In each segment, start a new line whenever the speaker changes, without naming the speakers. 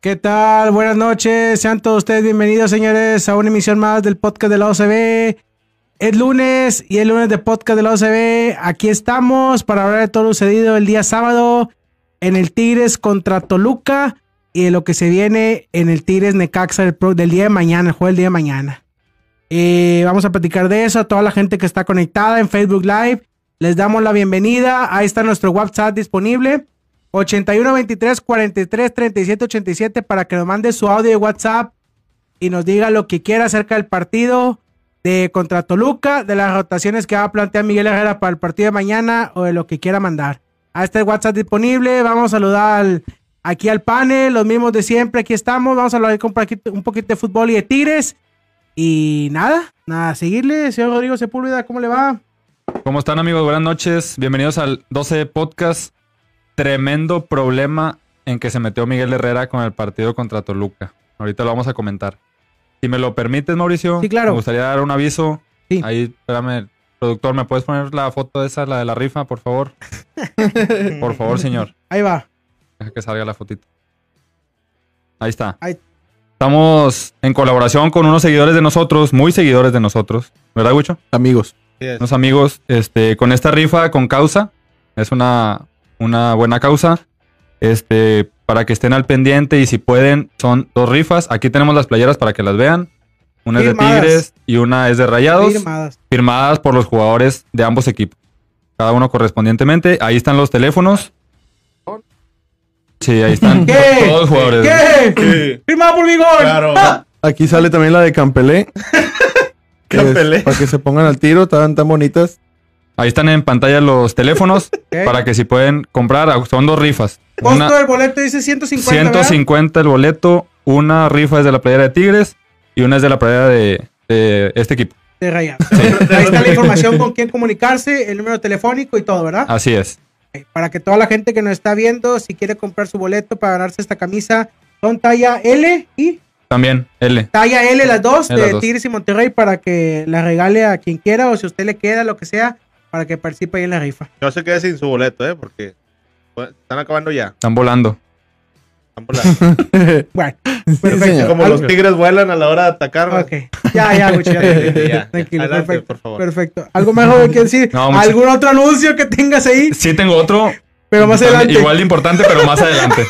¿Qué tal? Buenas noches. Sean todos ustedes bienvenidos, señores, a una emisión más del podcast de la OCB. Es lunes y el lunes de podcast de la OCB. Aquí estamos para hablar de todo lo sucedido el día sábado en el Tigres contra Toluca y de lo que se viene en el Tigres Necaxa del, pro- del día de mañana, el juego del día de mañana. Eh, vamos a platicar de eso a toda la gente que está conectada en Facebook Live. Les damos la bienvenida. Ahí está nuestro WhatsApp disponible. 81 23 43 37 87 para que nos mande su audio de WhatsApp y nos diga lo que quiera acerca del partido de contra Toluca, de las rotaciones que va a plantear Miguel Herrera para el partido de mañana o de lo que quiera mandar. A este WhatsApp disponible, vamos a saludar al- aquí al panel, los mismos de siempre, aquí estamos, vamos a hablar con un poquito- un poquito de fútbol y de Tigres. Y nada, nada, seguirle, señor Rodrigo Sepúlveda, ¿cómo le va?
¿Cómo están amigos? Buenas noches. Bienvenidos al 12 Podcast. Tremendo problema en que se metió Miguel Herrera con el partido contra Toluca. Ahorita lo vamos a comentar. Si me lo permites, Mauricio,
Sí, claro.
me gustaría dar un aviso.
Sí.
Ahí, espérame, productor, ¿me puedes poner la foto de esa, la de la rifa, por favor? por favor, señor.
Ahí va.
Deja que salga la fotito. Ahí está.
Ahí.
Estamos en colaboración con unos seguidores de nosotros, muy seguidores de nosotros. ¿Verdad, Wicho?
amigos.
unos amigos este, con esta rifa con causa. Es una, una buena causa. Este, para que estén al pendiente y si pueden, son dos rifas. Aquí tenemos las playeras para que las vean. Una
Firmadas.
es de Tigres y una es de Rayados,
Firmadas.
firmadas por los jugadores de ambos equipos. Cada uno correspondientemente. Ahí están los teléfonos. Sí, ahí están
¿Qué?
todos los jugadores.
¿Qué? Firmado por Vigor.
Claro.
Ah, Aquí sale también la de Campelé. que es
Campelé.
Para que se pongan al tiro, tan, tan bonitas.
Ahí están en pantalla los teléfonos para que si pueden comprar. ah, Son dos rifas.
Costo
Una-
del boleto dice 150. ¿verdad?
150 el boleto, una rifa es de la playera de Tigres y una es de la playera de, de este equipo.
De Rayados. Ahí está la información con quién comunicarse, el número telefónico y todo, ¿verdad?
Así es.
Ok, Para que toda la gente que nos está viendo, si quiere comprar su boleto para ganarse esta camisa, son talla L y
También, L.
talla L las dos
Las
de
dos.
Tigres y Monterrey para que la regale a quien quiera o si a usted le queda, lo que sea, para que participe ahí en la rifa.
No se quede sin su boleto, ¿eh? Porque bueno, están acabando ya.
Están volando.
Están volando.
Bueno,
Sí,
perfecto.
señor.
Como los tigres vuelan a la hora de atacar. ¿no?
Ok. Ya, ya, Wicho, ya,
Ya,
tranquilo.
ya.
Tranquilo,
Adelante,
perfecto.
por favor.
Perfecto. ¿Algo más joven que decir?
No, mucho-
¿Algún otro anuncio que tengas ahí?
Sí, tengo otro.
Pero más adelante.
Igual de importante, pero más adelante.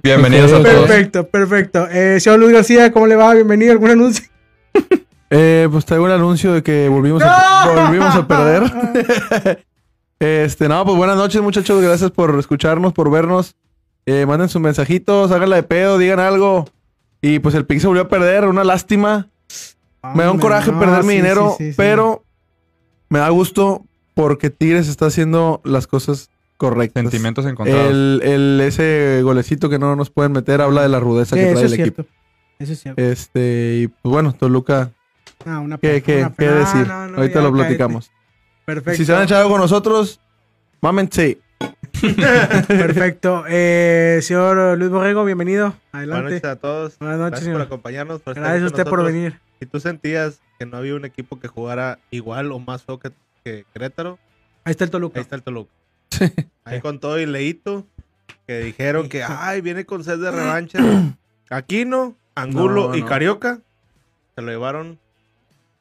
Bienvenidos a todos.
Perfecto, perfecto. Eh, señor Luis García, ¿cómo le va? Bienvenido. ¿Algún anuncio?
Eh, pues traigo el anuncio de que volvimos, a,
¡No!
volvimos a perder. este, no, pues buenas noches, muchachos. Gracias por escucharnos, por vernos. Eh, manden sus mensajitos, háganla de pedo, digan algo. Y pues el Pix se volvió a perder, una lástima. Me da un
Hombre,
coraje
no,
perder mi
sí,
dinero,
sí, sí, sí.
pero me da gusto porque Tigres está haciendo las cosas correctas.
Sentimientos encontrados.
El, el- ese golecito que no nos pueden meter habla de la rudeza
Sí,
que
Eh, eso
trae el
es
equipo.
cierto. Eso es cierto.
Este, y pues bueno, Toluca,
Ah, una pena,
¿qué, qué-
una
qué
pena.
decir?
Ah, no, no,
Ahorita
ya,
lo
cállate.
platicamos.
Perfecto.
Si se han echado con nosotros, mámense.
Perfecto. Eh, señor Luis Borrego, bienvenido.
Buenas
Adelante.
noches a todos.
Buenas noches,
Gracias
señor.
por acompañarnos. por estar
Gracias a
con
usted por
nosotros.
venir.
Si tú sentías que no había un equipo que jugara igual o más feo que, que Querétaro,
Ahí está el Toluca.
ahí está el Toluca. Ahí con todo y Leito, que dijeron que, ay, viene con sed de
Ah.
revancha. Aquino, Angulo
No,
y
no.
Carioca se lo llevaron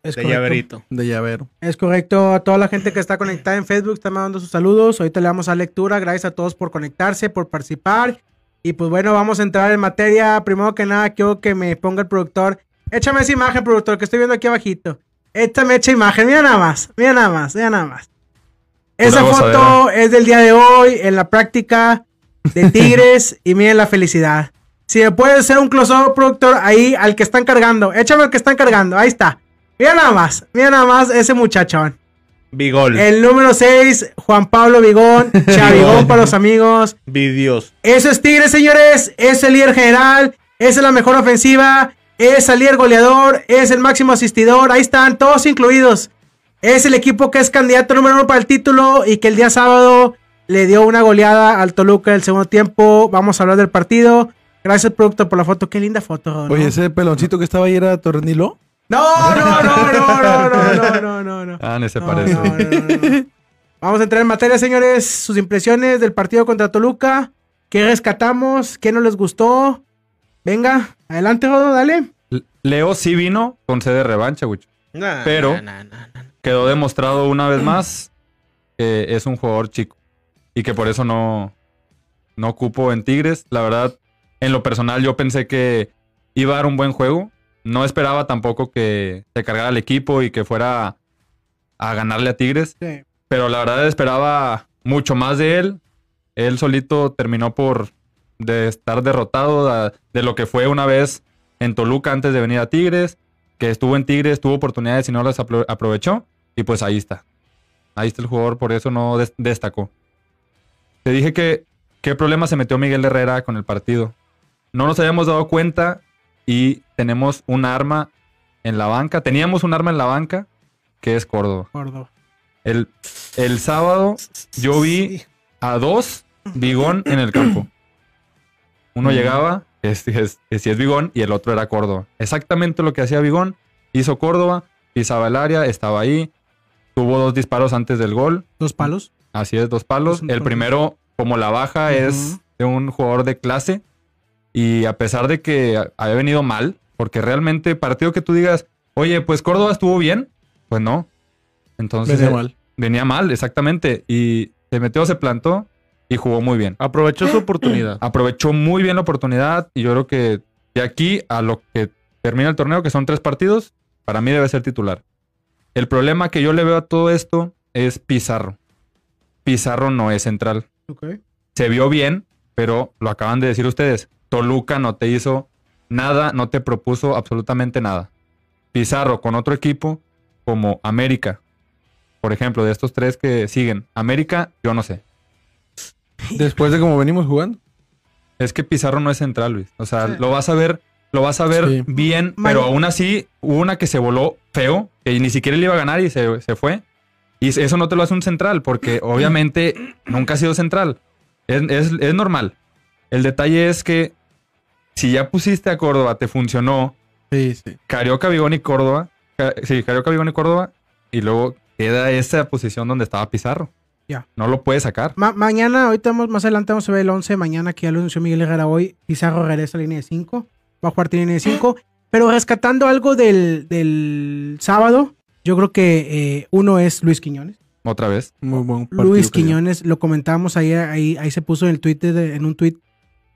Es
de
correcto.
llaverito.
De llavero.
Es correcto. A toda la gente que está conectada en Facebook, está mandando sus saludos. Ahorita le damos a lectura. Gracias a todos por conectarse, por participar. Y pues bueno, vamos a entrar en materia. Primero que nada, quiero que me ponga el productor. Échame esa imagen, productor, que estoy viendo aquí abajito. Échame esa imagen. Mira nada más. Mira nada más. Mira nada más. Esa
gozadera.
foto es del día de hoy, en la práctica de Tigres. y miren la felicidad. Si me puede hacer un close-up, productor, ahí al que están cargando. Échame al que están cargando. Ahí está. Mira nada más. Mira nada más ese muchachón.
Bigol.
El número 6, Juan Pablo Vigón, Chavigón para los amigos.
Vidios.
Eso es Tigres, señores. Es el líder general. Esa es la mejor ofensiva. Es el líder goleador. Es el máximo asistidor. Ahí están todos incluidos. Es el equipo que es candidato número uno para el título y que el día sábado le dio una goleada al Toluca en el segundo tiempo. Vamos a hablar del partido. Gracias, producto, por la foto. Qué linda foto. ¿no?
Oye, ese peloncito que estaba ahí era Tornilo.
No, no, no, no, no, no, no, no, no.
Ah, no se
No,
parece.
no, no, no, no. Vamos a entrar en materia, señores. Sus impresiones del partido contra Toluca. ¿Qué rescatamos? ¿Qué no les gustó? Venga, adelante, Rodo, dale.
Leo sí vino con sede de revancha, güey.
Nah,
Pero-
nah, nah, nah, nah.
Quedó demostrado una vez más que es un jugador chico y que por eso no, no ocupo en Tigres. La verdad, en lo personal yo pensé que iba a dar un buen juego. No esperaba tampoco que se cargara el equipo y que fuera a ganarle a Tigres. Pero la verdad esperaba mucho más de él. Él solito terminó por de estar derrotado da- de lo que fue una vez en Toluca antes de venir a Tigres, que estuvo en Tigres, tuvo oportunidades y no las apro- aprovechó. Y pues ahí está. Ahí está el jugador, por eso no des- destacó. Te dije que qué problema se metió Miguel Herrera con el partido. No nos habíamos dado cuenta y tenemos un arma en la banca. Teníamos un arma en la banca que es Córdoba.
Gordo.
El, el sábado yo vi a dos Bigón en el campo. Uno llegaba, que si es, que sí es Bigón, y el otro era Córdoba. Exactamente lo que hacía Bigón. Hizo Córdoba, pisaba el área, estaba ahí. Tuvo dos disparos antes del gol.
Dos palos.
Así es, dos palos.
Dos
El
palos.
primero, como la baja, es
Ujú.
de un jugador de clase. Y a pesar de que a- había venido mal, porque realmente partido que tú digas, oye, pues Córdoba estuvo bien, pues no. Entonces
Venía
eh,
mal.
venía mal, exactamente. Y se metió, se plantó y jugó muy bien.
Aprovechó su oportunidad.
Aprovechó muy bien la oportunidad y yo creo que de aquí a lo que termina el torneo, que son tres partidos, para mí debe ser titular. El problema que yo le veo a todo esto es Pizarro. Pizarro no es central. Se vio bien, pero lo acaban de decir ustedes. Toluca no te hizo nada, no te propuso absolutamente nada. Pizarro con otro equipo como América. Por ejemplo, de estos tres que siguen. América, yo no sé.
Después de cómo venimos jugando.
Es que Pizarro no es central, Luis. O sea, lo vas a ver, lo vas a ver
Sí.
bien,
Ma-
pero aún así hubo una que se voló feo, que ni siquiera le iba a ganar y se, se fue. Y eso no te lo hace un central, porque obviamente nunca ha sido central. Es, es- es normal. El detalle es que si ya pusiste a Córdoba, te funcionó
Sí, sí.
Carioca, Bigón y Córdoba. Ca- sí, Carioca, Bigón y Córdoba. Y luego queda esa posición donde estaba Pizarro.
Ya.
No lo puedes sacar.
Ma- mañana, ahorita vamos, más adelante vamos a ver el 11. Mañana que ya lo anunció Miguel Herrera hoy. Pizarro regresa a la línea de 5. Va a jugar tiene línea de 5. Pero rescatando algo del, del sábado, yo creo que eh, uno es Luis Quiñones.
Otra vez.
Muy buen partido.
Luis
que dio.
Quiñones, lo comentábamos ahí, ahí, ahí se puso en el tweet de- en un tweet.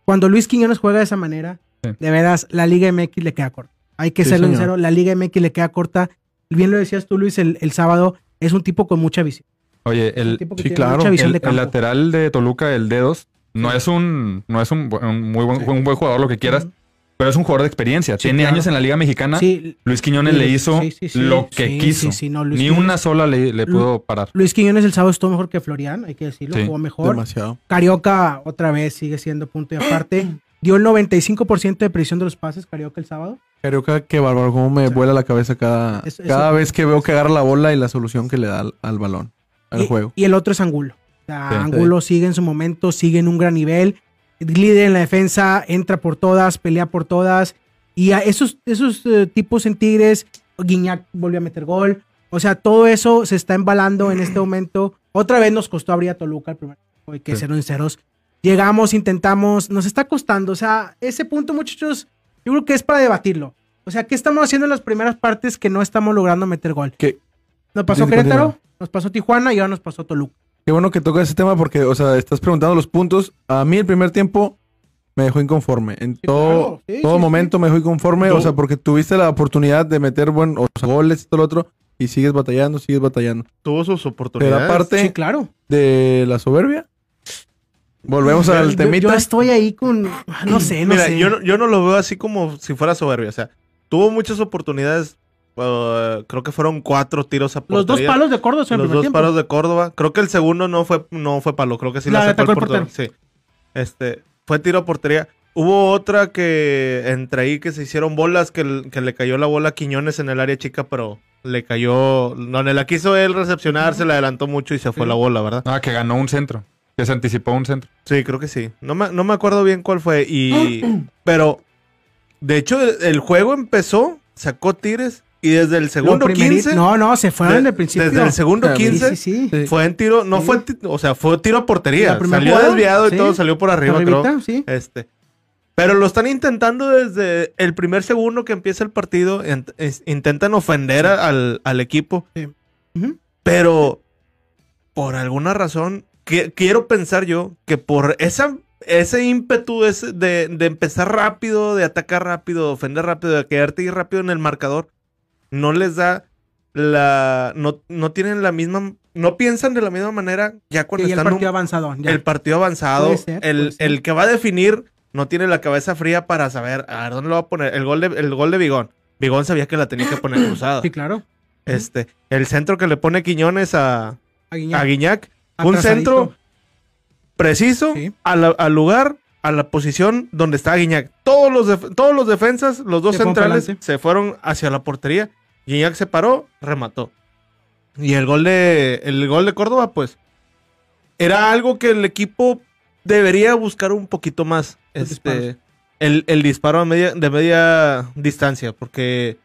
Cuando Luis Quiñones juega de esa manera,
Sí.
de veras, la Liga MX le queda corta. Hay que
Sí,
serlo
señor.
sincero, la Liga MX le queda corta. Bien lo decías tú, Luis, el, el sábado, es un tipo con mucha visión.
Oye,
Es un
el,
tipo que
sí,
tiene
claro.
mucha visión
el,
de
el
campo.
lateral de Toluca, el Dedos, no es un no es un, bu- un muy buen, un buen jugador, lo que quieras,
Ujú.
pero es un jugador de experiencia.
Sí,
Tiene
claro.
años en la Liga Mexicana.
Sí,
Luis Quiñones le hizo
sí, sí, sí,
lo que
sí, sí,
quiso.
sí, no, Luis
Ni
Quiñones-
una sola le, le pudo parar.
Luis Quiñones el sábado estuvo mejor que Florian, hay que decirlo,
Sí.
jugó mejor.
Demasiado.
Carioca otra vez sigue siendo punto y aparte. Dio el 95% de precisión de los pases Carioca el sábado.
Carioca, que bárbaro, cómo me vuela la cabeza cada,
Eso- eso-
cada vez que veo que agarra la bola y la solución que le da al, al balón, al
y,
juego.
y el otro es Angulo. O sea,
Sí.
Angulo sigue en su momento, sigue en un gran nivel, líder en la defensa, entra por todas, pelea por todas. Y a esos, esos eh, tipos en Tigres, Guiñac volvió a meter gol. O sea, todo eso se está embalando en este momento. Otra vez nos costó abrir a Toluca el primer tiempo, hay que
Sí.
ser sinceros. Llegamos, intentamos, nos está costando. O sea, ese punto, muchachos, yo creo que es para debatirlo. O sea, ¿qué estamos haciendo en las primeras partes que no estamos logrando meter gol?
Que-
Nos pasó
Sí,
Querétaro,
continúa.
nos pasó Tijuana y ahora nos pasó Toluca.
Qué bueno que toca ese tema porque, o sea, estás preguntando los puntos. A mí el primer tiempo me dejó inconforme. En todo,
claro. Sí,
todo
sí,
momento me dejó inconforme.
Yo-
O sea, porque tuviste la oportunidad de meter buen, o sea, goles y todo lo otro. Y sigues batallando, sigues batallando.
Tuvo sus
Pero
oportunidades.
aparte
Sí, claro.
de la soberbia, volvemos al
Yo-
temita.
Yo, estoy ahí con. No sé, no
Mira,
sé.
yo, no- yo no lo veo así como si fuera soberbia. O sea, tuvo muchas oportunidades eh, creo que fueron cuatro tiros a
Los dos
portería.
palos de Córdoba en el
Los
primer
dos
tiempo.
palos de Córdoba. Creo que el segundo no fue, no fue palo. Creo que sí
La
la, sacó
atacó
el
el
portero. Sí. Este, fue tiro a portería. Hubo otra que entre ahí que se hicieron bolas, que, l- que le cayó la bola a Quiñones en el área chica, pero le cayó. Donde la quiso él recepcionar, se le adelantó mucho y se fue
Sí.
la bola, ¿verdad?
Ah, que ganó un centro. Que se anticipó un centro.
Sí, creo que sí. No me, no me acuerdo bien cuál fue. Y. Pero. De hecho, el, el juego empezó, sacó Tigres y desde el
Lo
segundo
primeri-
15.
No, no, se fueron
de-
de, principio.
Desde el segundo
Sí,
15.
Sí, sí, sí.
Sí.
Fue en tiro, no
Sí.
fue, en ti- o sea, fue tiro a
La
portería.
primera
Salió
jugada,
desviado
sí.
y todo salió por arriba, creo.
Arribita, sí.
Este. Pero lo están intentando desde el primer segundo que empieza el partido. ent- es- intentan ofender a- al, al equipo.
Ujú.
Pero por alguna razón, que- quiero pensar yo que por esa, ese ímpetu ese de, de empezar rápido, de atacar rápido, de ofender rápido, de quedarte ir rápido en el marcador, no les da la. No, no tienen la misma. No piensan de la misma manera ya cuando
Y el
están un
partido avanzado. ya.
el partido avanzado,
Puede ser, puede
el,
ser.
el que va a definir no tiene la cabeza fría para saber a ver dónde lo va a poner. El gol de, el gol de Bigón. Bigón sabía que la tenía que poner cruzada.
Sí, claro.
Este, el centro que le pone Quiñones a,
A Guiñac.
a Guiñac. Un
Atrasadito.
centro preciso
Sí.
a la- al lugar, a la posición donde está Guiñac. Todos los, def- todos los defensas, los dos
Se fueron
centrales,
pa'lante.
se fueron hacia la portería. Guiñac se paró, remató. Y el gol de, el gol de Córdoba, pues, era algo que el equipo debería buscar un poquito más.
Los disparos.
Este, el, el disparo a media, de media distancia, porque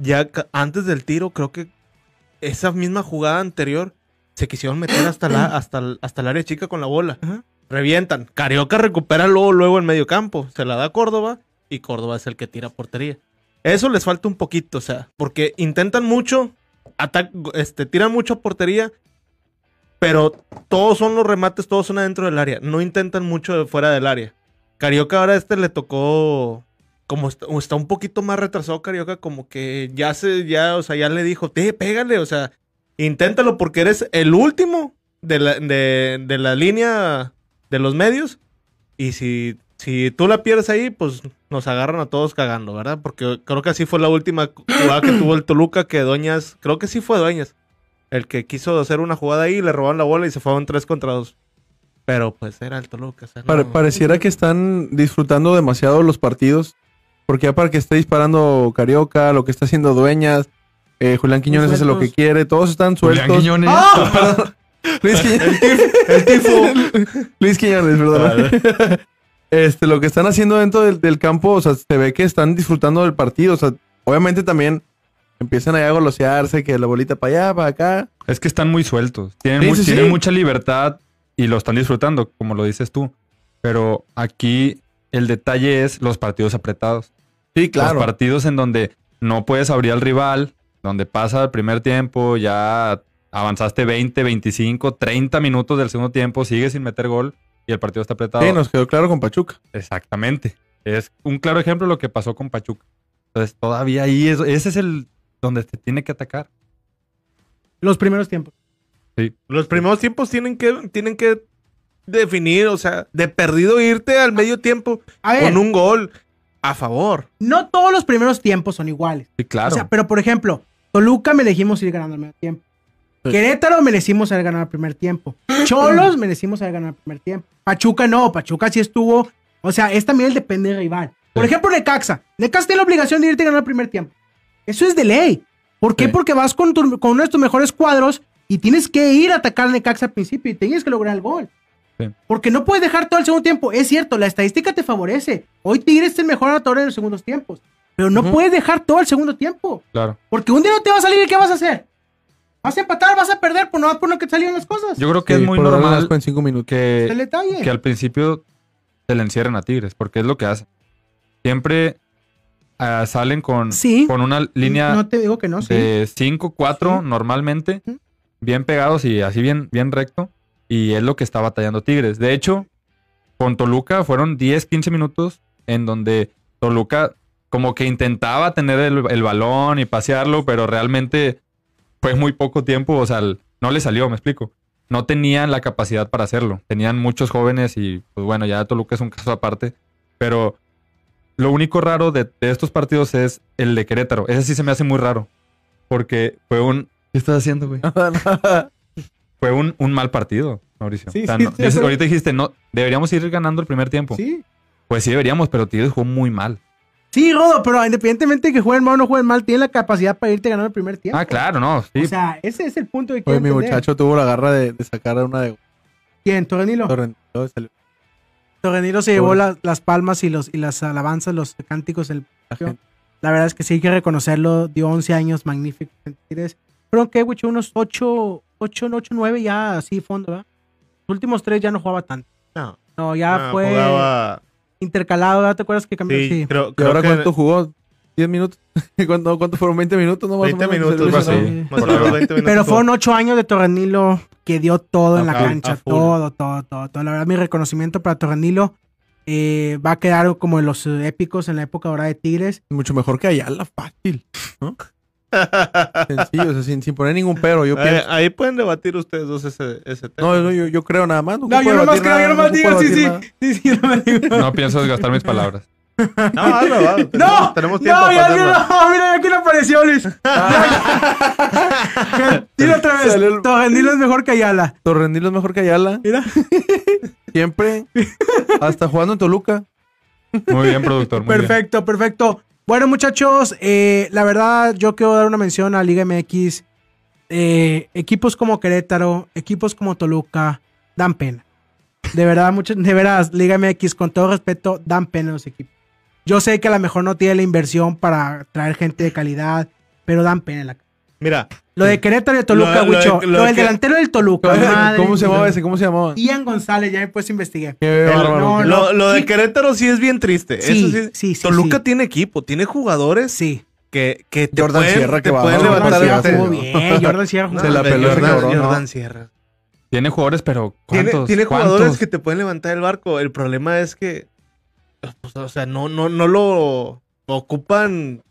ya ca- antes del tiro, creo que esa misma jugada anterior se quisieron meter hasta, la, hasta, el- hasta el área chica con la bola.
Ajá.
Revientan. Carioca recupera luego, luego en medio campo. Se la da a Córdoba y Córdoba es el que tira a portería. Eso les falta un poquito, o sea, porque intentan mucho, ata- este, tiran mucho a portería, pero todos son los remates, todos son adentro del área. No intentan mucho de fuera del área. Carioca ahora este le tocó. Como está, o está un poquito más retrasado Carioca, como que ya se, ya, o sea, ya le dijo, te pégale, o sea, inténtalo porque eres el último de la, de, de la línea de los medios. Y si, si tú la pierdes ahí, pues nos agarran a todos cagando, ¿verdad? Porque creo que así fue la última jugada que tuvo el Toluca, que Doñas, creo que sí fue Doñas, el que quiso hacer una jugada ahí, le robaron la bola y se fue a un 3 contra 2. Pero pues era el Toluca. o sea,
Pare-
no.
pareciera que están disfrutando demasiado los partidos. Porque ya para que esté disparando Carioca, lo que está haciendo Dueñas, eh, Julián Quiñones hace lo que
sueltos. ¡Ah!
quiere, todos están sueltos.
Julián Quiñones.
Luis Quiñones. Luis Quiñones,
Ah,
perdón. este, lo que están haciendo dentro del, del campo, o sea, se ve que están disfrutando del partido. O sea, obviamente también empiezan allá a golosearse, que la bolita para allá, para acá.
Es que están muy sueltos. Tienen,
Sí,
mu-
sí,
tienen
sí.
mucha libertad y lo están disfrutando, como lo dices tú. Pero aquí el detalle es los partidos apretados.
Sí,
Los partidos en donde no puedes abrir al rival, donde pasa el primer tiempo, ya avanzaste 20, 25, 30 minutos del segundo tiempo, sigues sin meter gol y el partido está apretado.
Sí, nos quedó claro con Pachuca.
Exactamente. Es un claro ejemplo de lo que pasó con Pachuca. Entonces, todavía ahí es, ese es el donde te tiene que atacar.
Los primeros tiempos.
Los primeros tiempos tienen que, tienen que definir, o sea, de perdido irte al medio tiempo
A ver,
con un gol a favor.
no todos los primeros tiempos son iguales.
Sí, claro.
O sea, pero por ejemplo, Toluca merecimos ir ganando al medio tiempo.
Sí.
Pues
Querétaro merecimos haber ganado al primer tiempo. Cholos merecimos haber ganado al primer tiempo. Pachuca no, Pachuca sí estuvo. O sea, es también el depende del rival. Por
Sí.
ejemplo, Necaxa. Necaxa tiene la obligación de irte a ganar al primer tiempo. Eso es de ley. ¿Por qué?
Sí.
Porque vas con, tu- con uno de tus mejores cuadros y tienes que ir a atacar a Necaxa al principio y tienes que lograr el gol.
Sí.
Porque no puedes dejar todo el segundo tiempo. Es cierto, la estadística te favorece. Hoy Tigres es el mejor anotador en los segundos tiempos. Pero no
Ujú.
puedes dejar todo el segundo tiempo.
claro.
Porque un día no te va a salir y ¿qué vas a hacer? Vas a empatar, vas a perder por no por lo que te salieron las cosas.
Yo creo que
Sí,
es muy
por darle un
normal
asco en cinco minutos.
que,
Es el detalle.
que al principio se le encierren a Tigres, porque es lo que hacen. Siempre ah, salen con,
Sí.
con una línea
No te digo que no, sí.
de 5, 4 normalmente,
Ujú.
bien pegados y así bien, bien recto. Y es lo que está batallando Tigres. De hecho, con Toluca fueron 10, 15 minutos en donde Toluca como que intentaba tener el, el balón y pasearlo, pero realmente fue muy poco tiempo. O sea, el- no le salió, me explico. No tenían la capacidad para hacerlo. Tenían muchos jóvenes y, pues bueno, ya Toluca es un caso aparte. Pero lo único raro de, de estos partidos es el de Querétaro. Ese sí se me hace muy raro. Porque fue un. ¿Qué estás haciendo, güey? fue un, un mal partido, Mauricio.
Sí,
O sea,
sí,
no-
sí,
dices-
sí.
ahorita dijiste, no, deberíamos ir ganando el primer tiempo.
Sí.
Pues sí deberíamos, pero Tigres jugó muy mal.
Sí, Rodo, pero independientemente de que jueguen mal o no jueguen mal, tiene la capacidad para irte ganando el primer tiempo.
Ah, claro, no. Sí.
O sea, ese es el punto que
Oye,
quiero
Pues, mi
entender.
muchacho tuvo la garra de, de sacar a una de
¿Quién? Torrenilo.
Torrentino. salió.
Torrenilo se llevó la- las palmas y, los, y las alabanzas, los cánticos. El,
La gente.
la verdad es que sí hay que reconocerlo. Dio 11 años magníficos. en Tigres. Fueron que, güey, unos 8, 8, 8, 9 ya así fondo, ¿verdad? Los últimos tres ya no jugaba tanto.
No.
No, ya
Ah,
fue
jugaba-
intercalado, ¿verdad? ¿Te acuerdas que cambió?
Sí,
Sí.
creo,
¿Y
creo
ahora
que
cuánto jugó? ¿10 minutos? ¿Cuánto, cuánto fueron? ¿20 minutos? No, Más o
20
menos,
minutos,
algo
se
más o
así.
menos. Más o
Por
menos
ahora.
20 minutos.
Pero fueron ocho años de Torrenilo que dio todo en la
A full, a
cancha,
full.
todo, todo, todo, todo. La verdad, mi reconocimiento para Torrenilo eh, va a quedar como de los eh, épicos en la época ahora de Tigres.
Mucho mejor que Ayala, fácil. ¿no? Sencillo, o sea, sin, sin poner ningún pero. Yo
Ahí,
pienso.
ahí pueden debatir ustedes dos ese, ese tema.
No, no, yo, yo creo nada más. No,
No,
ocupo
yo nomás
debatir
creo,
nada,
yo nomás
no
digo,
ocupo
sí,
debatir
sí.
nada.
Sí, sí, no me digo.
No pienso desgastar mis palabras.
No, hazlo, hazlo.
¡No!
Tenemos, tenemos
no,
tiempo para
ya,
hacerlo.
ya, no, mira, ya que no apareció Luis. Ah. Dilo otra vez.
Salió el-
Torrenilo es mejor que Ayala.
Torrendilo es mejor que Ayala.
Mira.
Siempre. Hasta jugando en Toluca.
Muy bien, productor. muy bien.
Perfecto, perfecto. Bueno, muchachos, eh, la verdad, yo quiero dar una mención a Liga MX. Eh, equipos como Querétaro, equipos como Toluca, dan pena. De verdad, muchas, de veras, Liga MX, con todo respeto, dan pena los equipos. Yo sé que a lo mejor no tiene la inversión para traer gente de calidad, pero dan pena. La...
Mira,
Lo de Querétaro y de Toluca,
Lo- lo de-
Wicho, Lo,
lo de
del
que-
delantero del Toluca. madre
¿Cómo se llamaba
mía.
ese? ¿Cómo se llamaba?
Ian González, ya después investigué.
Qué
el-
bárbaro.
no,
lo, lo
sí.
de Querétaro sí es bien triste.
Sí,
Eso sí,
sí, sí,
Toluca
sí.
tiene equipo, tiene jugadores
Sí.
que, que te
Jordan
pueden,
Sierra que
te
bajó,
pueden
Jordan
levantar el
Sierra
tenis.
jugó
jugó
bien, Jordan Sierra jugó
No,
Se la
hombre,
peló ese
Jordan-
cabrón, ¿no?
Jordan Sierra.
Tiene jugadores, pero
Tiene,
¿cuántos?
tiene jugadores
¿Cuántos?
que te pueden levantar el barco. El problema es que. pues, o sea, no, no, no lo ocupan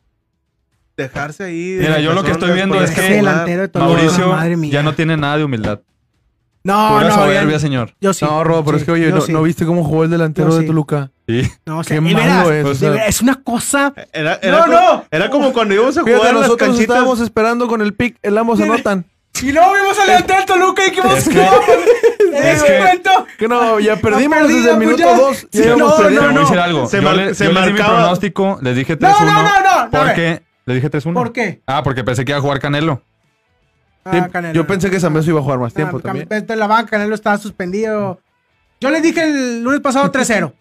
dejarse ahí.
Mira, yo lo que estoy viendo
por
es
ejemplo,
que-
delantero de Toluca,
Mauricio
Ah, madre mía.
ya no tiene nada de humildad.
Ah, No,
Pura
no,
soberbia,
ya-
señor.
yo sí.
No, Rodo, pero
Sí,
es que, oye,
yo
no,
sí.
no viste cómo jugó el delantero
Yo
de
sí.
Toluca?
Sí.
No, o sea,
Qué
de
malo
veras,
es, o
de
sea.
veras, es una cosa.
Era, era
No,
como,
no.
Era como cuando íbamos a jugar
Fíjate,
en las
nosotros
canchitas.
estábamos esperando con el pick, el ambos
Tiene-
anotan.
Y luego vimos a levantar al Toluca y que vos
Es que- es que-
Que no, ya perdimos
perdimos,
desde el
pues
minuto
ya.
2.
Sí, no,
Te
no,
voy a
no.
decir algo.
Se
yo
mar-
le,
se
yo les di mi
marcaba-
pronóstico, les dije 3-1.
No, no, no, no, no,
Porque le dije 3-1.
¿Por qué?
Ah, porque pensé que iba a jugar Canelo.
Ah, Canelo.
Yo pensé que Sambeso iba a jugar más
Ah,
tiempo
Cam-
también.
vete a la banca, Canelo estaba suspendido. Yo les dije el lunes pasado 3-0.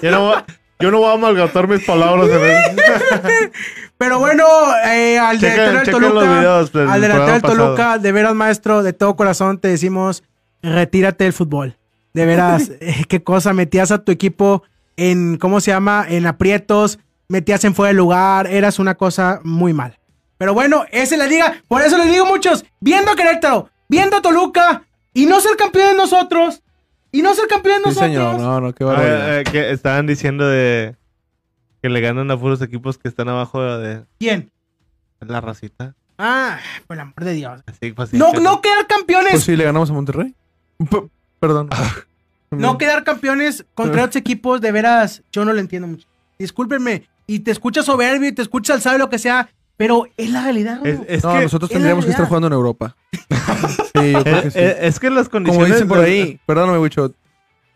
yo, no, voy- yo no voy a malgastar mis palabras. en el-
Pero bueno, eh, al
Chequen-
delantero del
chequen los
Toluca,
videos pues, del
al delantero del
programa pasado.
Toluca, de veras, maestro, de todo corazón te decimos, retírate del fútbol. De veras, eh, qué cosa, metías a tu equipo en, ¿cómo se llama? En aprietos, metías en fuera de lugar, eras una cosa muy mal. Pero bueno, esa es la liga, por eso les digo muchos, viendo a Querétaro, viendo a Toluca, y no ser campeón de nosotros, y no ser campeón de
Sí,
nosotros.
señor. No, no, qué
Ah,
barbaridad.
eh, que estaban diciendo de que le ganan a puros equipos que están abajo de
¿Quién?
la racita.
Ah, por el amor de Dios.
Así fácil.
No, no quedar campeones.
Pues sí, le ganamos a Monterrey. P- perdón.
Ah.
Mm.
No quedar campeones contra otros equipos, de veras, yo no lo entiendo mucho. Discúlpenme, y te escuchas soberbio y te escuchas alzado y lo que sea, pero es la realidad.
Es,
güey.
es
no,
que,
nosotros
es la
tendríamos que
realidad.
estar jugando en Europa. sí, yo creo que
es,
sí.
es- es que las condiciones.
Como dicen por
eh, de-
ahí, perdóname, Wicho.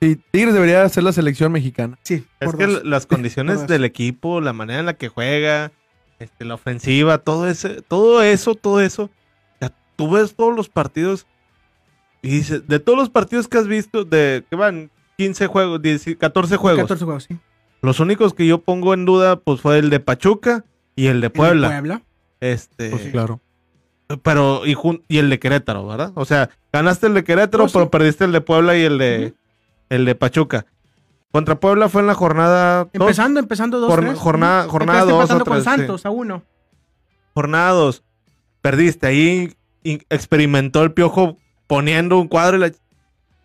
Sí, Tigres debería ser la selección mexicana.
sí,
Es
por
que
dos.
las condiciones
dos.
del equipo, la manera en la que juega, este, la ofensiva, todo ese, todo eso, todo eso. Ya, tú ves todos los partidos y dices, de todos los partidos que has visto, de que van 15 juegos, 10, 14 juegos.
14 juegos, sí.
Los únicos que yo pongo en duda, pues fue el de Pachuca y el de Puebla.
El de Puebla.
Este,
Pues claro.
pero, y, jun- y el de Querétaro, ¿verdad? O sea, ganaste el de Querétaro,
Oh, sí.
pero perdiste el de Puebla y el de,
Ujú.
el de Pachuca. Contra Puebla fue en la jornada dos.
Empezando, empezando dos,
Jorna-
tres.
jornada-
Ujú.
jornada
Empezaste
dos o
empatando con
tres, sí.
Santos a uno.
jornada 2, perdiste. Ahí in- experimentó el piojo poniendo un cuadro y la-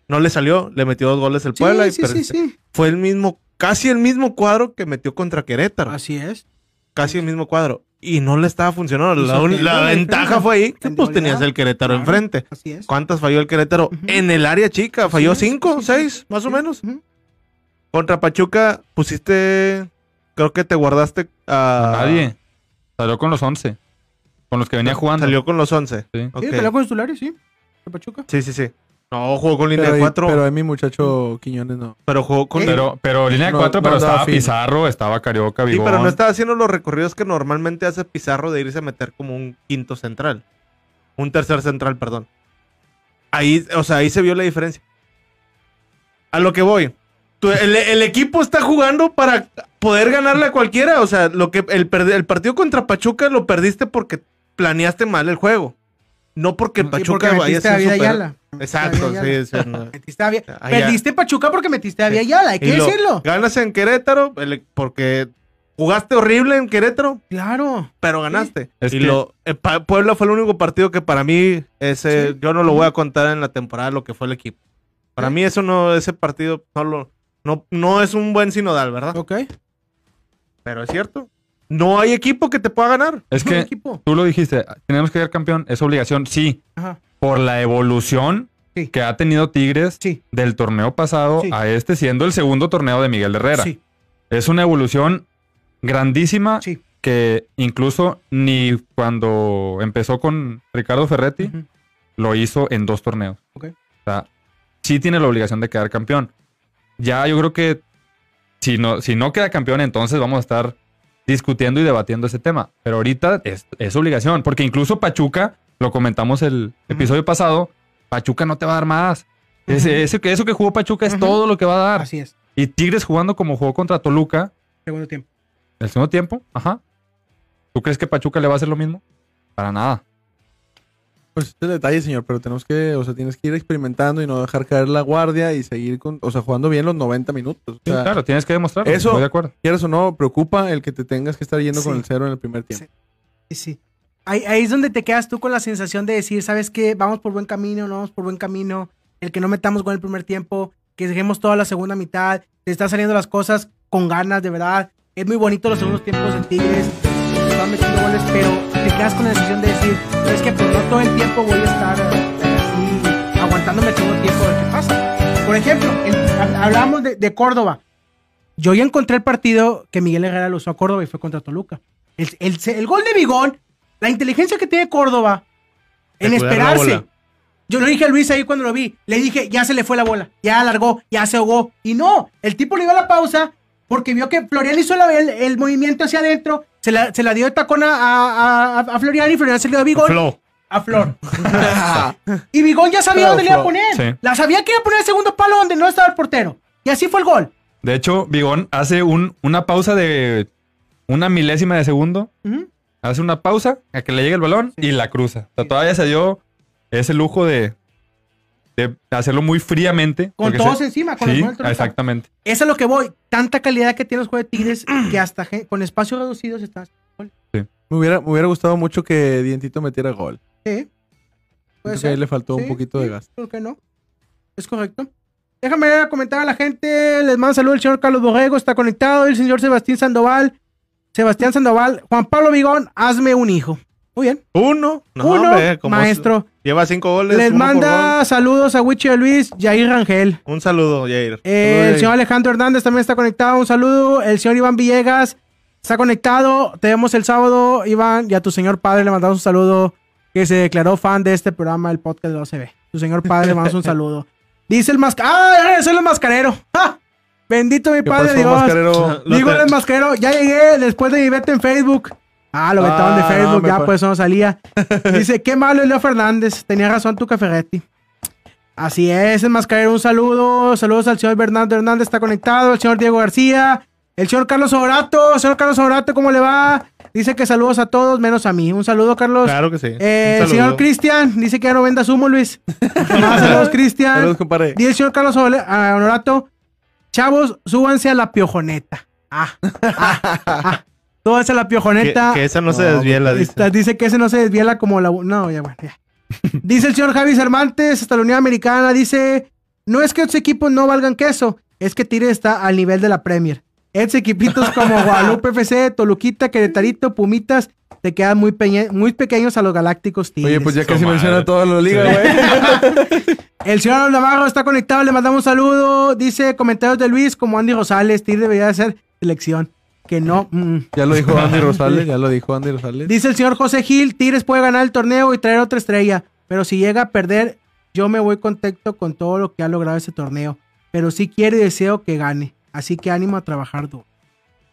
no le salió. Le metió dos goles el
Sí,
Puebla y
sí, sí,
perdiste.
sí.
Fue el mismo, casi el mismo cuadro que metió contra Querétaro.
Así es.
casi el mismo cuadro. Y no le estaba funcionando.
Y
La,
se
un-
quedó
la
en el
ventaja
frente.
fue ahí que
En
pues
dualidad.
tenías el Querétaro
Claro,
enfrente.
Así es.
¿Cuántas falló el Querétaro?
Ujú.
En el área chica. Falló
Así es,
cinco,
sí, sí,
seis,
sí.
más o
Sí,
menos.
ujú.
Contra Pachuca pusiste Creo que te guardaste a.
Nadie. Salió con los 11. Con los que venía jugando.
Salió con los 11.
Sí.
Ok.
Sí, peleó con Estulares, sí. De Pachuca.
Sí, sí, sí. No, jugó con línea
Pero,
de
ahí-
4,
pero
pero,
a mi muchacho Quiñones no.
jugó con.
Pero, pero línea de
No,
4,
no
pero
andaba
estaba
fino.
Pizarro, estaba Carioca,
Sí,
Vigón.
pero no estaba haciendo los recorridos que normalmente hace Pizarro de irse a meter como un quinto central. Un tercer central, perdón. Ahí, o sea, ahí se vio la diferencia. A lo que voy. Tú- el, el equipo está jugando para poder ganarle a cualquiera. O sea, lo que el, perde- el partido contra Pachuca lo perdiste porque planeaste mal el juego. No porque
Sí,
Pachuca
porque
vaya a
metiste
ser
a Vida
super-
Ayala.
Exacto,
Metiste a Vida
sí, sí, no.
Metiste a Via-
Ah, ya.
Perdiste Pachuca porque metiste a Via Ayala, hay que
Y lo-
decirlo.
Ganas en Querétaro el- e-, porque jugaste horrible en Querétaro,
Claro.
pero ganaste.
Es
y
que-
lo, eh, pa- Puebla fue el único partido que para mí, ese, yo no lo voy a contar en la temporada lo que fue el equipo. Para mí eso no, ese partido no, lo- no, no es un buen sinodal, ¿verdad?
Ok.
Pero es cierto. No hay equipo que te pueda ganar.
Es
Buen
que
equipo.
tú lo dijiste, tenemos que ser campeón, es obligación, sí,
Ajá.
por la evolución
Sí.
que ha tenido Tigres
Sí.
del torneo pasado
Sí.
a este, siendo el segundo torneo de Miguel Herrera.
Sí.
Es una evolución grandísima
Sí.
que incluso ni cuando empezó con Ricardo Ferretti
Ujú.
lo hizo en dos torneos.
Ok.
O sea, sí tiene la obligación de quedar campeón. Ya yo creo que si no, si no queda campeón, entonces vamos a estar discutiendo y debatiendo ese tema. Pero ahorita es, es obligación, porque incluso Pachuca, lo comentamos el episodio pasado, Pachuca no te va a dar más. Ese, ese que- eso que jugó Pachuca es
Ujú.
todo lo que va a dar.
Así es.
Y Tigres jugando como jugó contra Toluca,
Segundo tiempo.
el segundo tiempo, ajá. ¿Tú crees que Pachuca le va a hacer lo mismo? Para nada.
Pues este es el detalle, señor, pero tenemos que, o sea, tienes que ir experimentando y no dejar caer la guardia y seguir con, o sea, jugando bien los 90 minutos. O
Sí,
sea,
claro, tienes que demostrar.
eso-
Estoy de acuerdo.
quieras o no, preocupa el que te tengas que estar yendo con
Sí.
el cero en el primer tiempo.
Sí, sí. Ahí, ahí es donde te quedas tú con la sensación de decir, ¿sabes qué? Vamos por buen camino, no vamos por buen camino. El que no metamos con el primer tiempo, que dejemos toda la segunda mitad. Te están saliendo las cosas con ganas, de verdad. Es muy bonito los segundos tiempos del Tigres. te Están metiendo goles, pero te quedas con la sensación de decir, es que pues no todo el tiempo voy a estar eh, así, aguantándome el segundo tiempo, a ver qué pasa. Por ejemplo, en- hablábamos de, de Córdoba. Yo ya encontré el partido que Miguel Herrera lo usó a Córdoba y fue contra Toluca. El, el- el gol de Bigón, la inteligencia que tiene Córdoba en
De cuidar la
esperarse.
bola.
Yo lo dije a Luis ahí cuando lo vi. Le dije, ya se le fue la bola, ya alargó, ya se ahogó. Y no, el tipo le dio la pausa porque vio que Florian hizo la- el, el movimiento hacia adentro, se la, se la dio de tacón a, a, a- a Florian y Florian se le dio a Bigón.
Flow.
A Flor. y Bigón ya sabía dónde le iba a poner.
Sí.
La sabía que iba a poner el segundo palo donde no estaba el portero. Y así fue el gol.
De hecho, Bigón hace un, una pausa de una milésima de segundo.
Ujú.
Hace una pausa a que le llegue el balón y la cruza. O sea, todavía se dio ese lujo de, de hacerlo muy fríamente.
Con
porque
todos
se-
encima, con los
Sí,
buenos Toluca.
exactamente.
Eso es lo que voy. Tanta calidad que tienen los juegos de Tigres que hasta gen- con espacios reducidos están.
Me hubiera, me hubiera gustado mucho que Dientito metiera gol.
Sí. ¿eh? Puede
Creo que
ser.
ahí le faltó
Sí,
un poquito
sí,
de gas.
Creo que no. Es correcto. Déjame ir a comentar a la gente. Les mando saludos el señor Carlos Borrego. Está conectado. El señor Sebastián Sandoval. Sebastián Sandoval. Juan Pablo Vigón, hazme un hijo. Muy bien.
Uno. No,
Uno,
hombre, como
maestro.
Lleva cinco goles.
Les
uno por
manda
gol.
saludos a Wichi de Luis, Jair Rangel.
Un saludo, Jair.
Eh,
Saludos,
el
Jair.
señor Alejandro Hernández también está conectado. Un saludo. El señor Iván Villegas está conectado. Te vemos el sábado, Iván. Y a tu señor padre le mandamos un saludo que se declaró fan de este programa, el podcast de la OCB. Tu señor padre le mandamos un saludo. Dice el mascarero. ¡Ah! Ya regresó el mascarero. ¡Ja! Bendito mi
¿Qué
padre
pasó,
Dios.
mascarero?
Lo
Digo
te-
el mascarero. Ya llegué después de mi vete en Facebook. Ah, lo vetaron de
Ah,
Facebook.
no, me
ya,
pa-
pues eso no salía. Dice, qué malo es Leo Fernández. Tenía razón tu Ferretti. Así es, el mascarero, un saludo. Saludos al señor Bernardo Hernández, está conectado. El señor Diego García. El señor Carlos Obrato. Señor Carlos Obrato, ¿cómo le va? Dice que saludos a todos, menos a mí. Un saludo, Carlos.
Claro que sí. Un
Eh, el
saludo.
señor Cristian dice que ya no vendas humo, Luis. Más saludos, Cristian.
Saludos, compadre.
Dice el señor Carlos Ole- ah, Honorato. Chavos, súbanse a la piojoneta. Ah, ah, ah. Súbanse a la
que,
piojoneta.
que esa no, se
No,
desviela, dice.
Esta- dice que ese no se desviela como la... bu- No, ya bueno, ya. Dice el señor Javi Cervantes, hasta la Unión Americana, dice... No es que otros equipos no valgan queso, es que Tigres está al nivel de la Premier. Estos equipitos como Guadalupe FC, Toluquita, Queretarito, Pumitas, te quedan muy, peñe- muy pequeños a los Galácticos Tigres.
Oye, pues ya
Su
casi
madre.
menciona toda la liga,
Sí.
güey.
El señor Navarro está conectado, le mandamos un saludo. Dice comentarios de Luis como Andy Rosales, Tigre debería de ser selección. que no. mm.
Ya lo dijo Andy Rosales, ya lo dijo Andy Rosales.
Dice el señor José Gil, Tigres puede ganar el torneo y traer otra estrella, pero si llega a perder, yo me voy contento con todo lo que ha logrado ese torneo. Pero sí quiero y deseo que gane, así que ánimo a trabajar duro.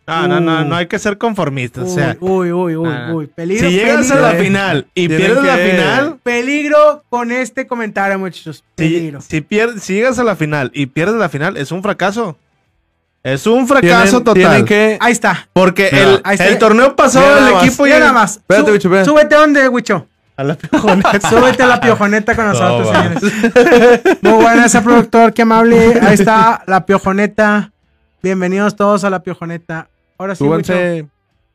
No, no, no, no hay que ser conformistas.
Uh,
o sea,
uy, uy, uy, uy,
ah.
uy. Peligro,
si llegas a
peligro.
la
eh.
final y
Tienen
pierdes la
que-
final,
Peligro con este comentario, muchachos.
si,
Peligro.
si pier- si llegas a la final y pierdes la final, es un fracaso. Es un
Tienen-
fracaso total.
Tienen que...
Ahí está.
Porque
Mira,
el,
ahí está.
el torneo pasado
Mira nada
el
más,
equipo
Mira
ya
nada más.
Espérate,
Sú-
bicho, espérate.
Súbete dónde, Wicho.
A la pijoneta.
Súbete a la piojoneta con nosotros,
No, va.
señores. Muy buena esa productor, qué amable. Ahí está la piojoneta. Bienvenidos todos a la piojoneta. Ahora sí, Wicho,
Súbanse.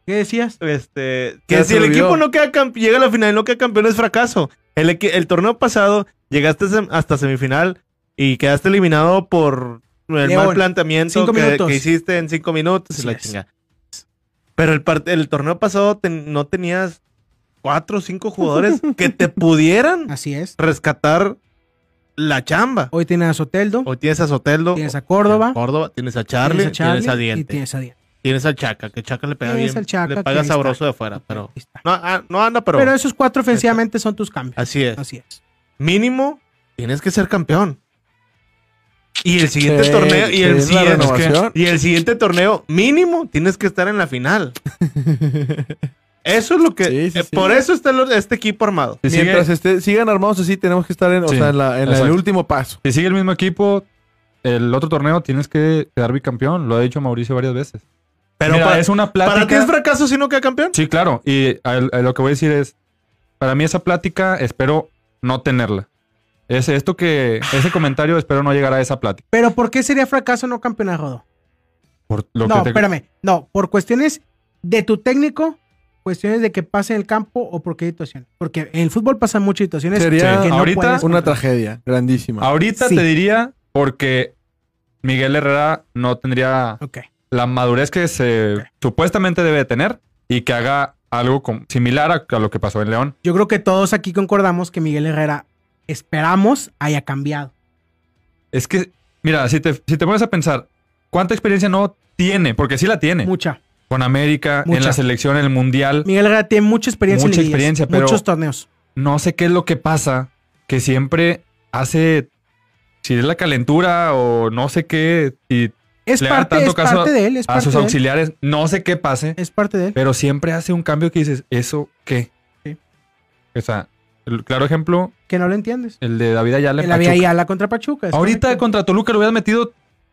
¿qué decías?
Este,
Ya
que si
se
el
olvidó.
equipo no queda camp- llega a la final y no queda campeón es fracaso. El, equi- el torneo pasado llegaste sem- hasta semifinal y quedaste eliminado por el
León.
mal planteamiento
Cinco
que,
minutos.
que hiciste en cinco minutos y
Así
la
es.
chingada. Pero el, part- el torneo pasado ten- no tenías cuatro o cinco jugadores que te pudieran
Así es.
rescatar la chamba.
Hoy tienes a Soteldo,
Hoy tienes a Soteldo,
tienes a Córdoba,
tienes a
tienes
Charlie,
a Charlie
tienes a
y
Diente, tienes...
tienes a Diente.
al Chaca, que Chaca le pega
Tienes
bien,
al Chaca,
le
que
paga
ahí
sabroso de afuera,
está.
pero
Ahí está.
no, ah, no anda, pero,
Pero, esos cuatro ofensivamente son tus cambios.
así es.
Así es.
Mínimo, tienes que ser campeón. Y el siguiente
Sí,
torneo, y el,
sí, la
siguiente,
renovación.
y el siguiente torneo, mínimo, tienes que estar en la final. Eso es lo que.
Sí, sí,
eh,
sí.
Por eso está el- este equipo armado.
Si sigue,
Mientras esté- sigan armados así, tenemos que estar en, o
Sí,
sea, en, la- en la- el
exacto.
último paso.
si sigue el mismo equipo, el otro torneo tienes que quedar bicampeón. Lo ha dicho Mauricio varias veces.
Pero
Mira,
para,
es una plática.
para ti es fracaso si no queda campeón.
Sí, claro. Y al- a lo que voy a decir es, para mí esa plática espero no tenerla. Es esto que, ese comentario espero no llegar a esa plática.
Pero ¿por qué sería fracaso no campeonar, Rodo?
Por lo
No,
que te-
espérame. No, por cuestiones de tu técnico, cuestiones de que pase en el campo o por qué situación. Porque en el fútbol pasan muchas situaciones
Sería
que no
ahorita
puedes
una
controlar.
tragedia grandísima.
Ahorita
Sí.
te diría porque Miguel Herrera no tendría
Ok.
la madurez que se supuestamente debe de tener y que haga algo com- similar a, a lo que pasó en León.
Yo creo que todos aquí concordamos que Miguel Herrera esperamos haya cambiado.
Es que, mira, si te, si te pones a pensar, ¿cuánta experiencia no tiene? Porque sí la tiene.
Mucha.
Con América, en
Mucha.
la selección, en el Mundial.
Miguel Herrera tiene mucha experiencia
Mucha
en liguillas,
experiencia, pero-
muchos torneos.
no sé qué es lo que pasa, que siempre hace, si es la calentura o no sé qué, y
Es
le haga
parte,
tanto
es
caso
parte de él, es
a
parte
sus
de él.
auxiliares, no sé qué pase,
Es parte de él.
pero siempre hace un cambio que dices, ¿eso qué?
Sí.
O sea, el claro ejemplo,
Que no lo entiendes.
el de David Ayala. en
La vía
Pachuca.
y a la contra Pachuca. es
Ahorita
correcto.
contra Toluca lo hubieras metido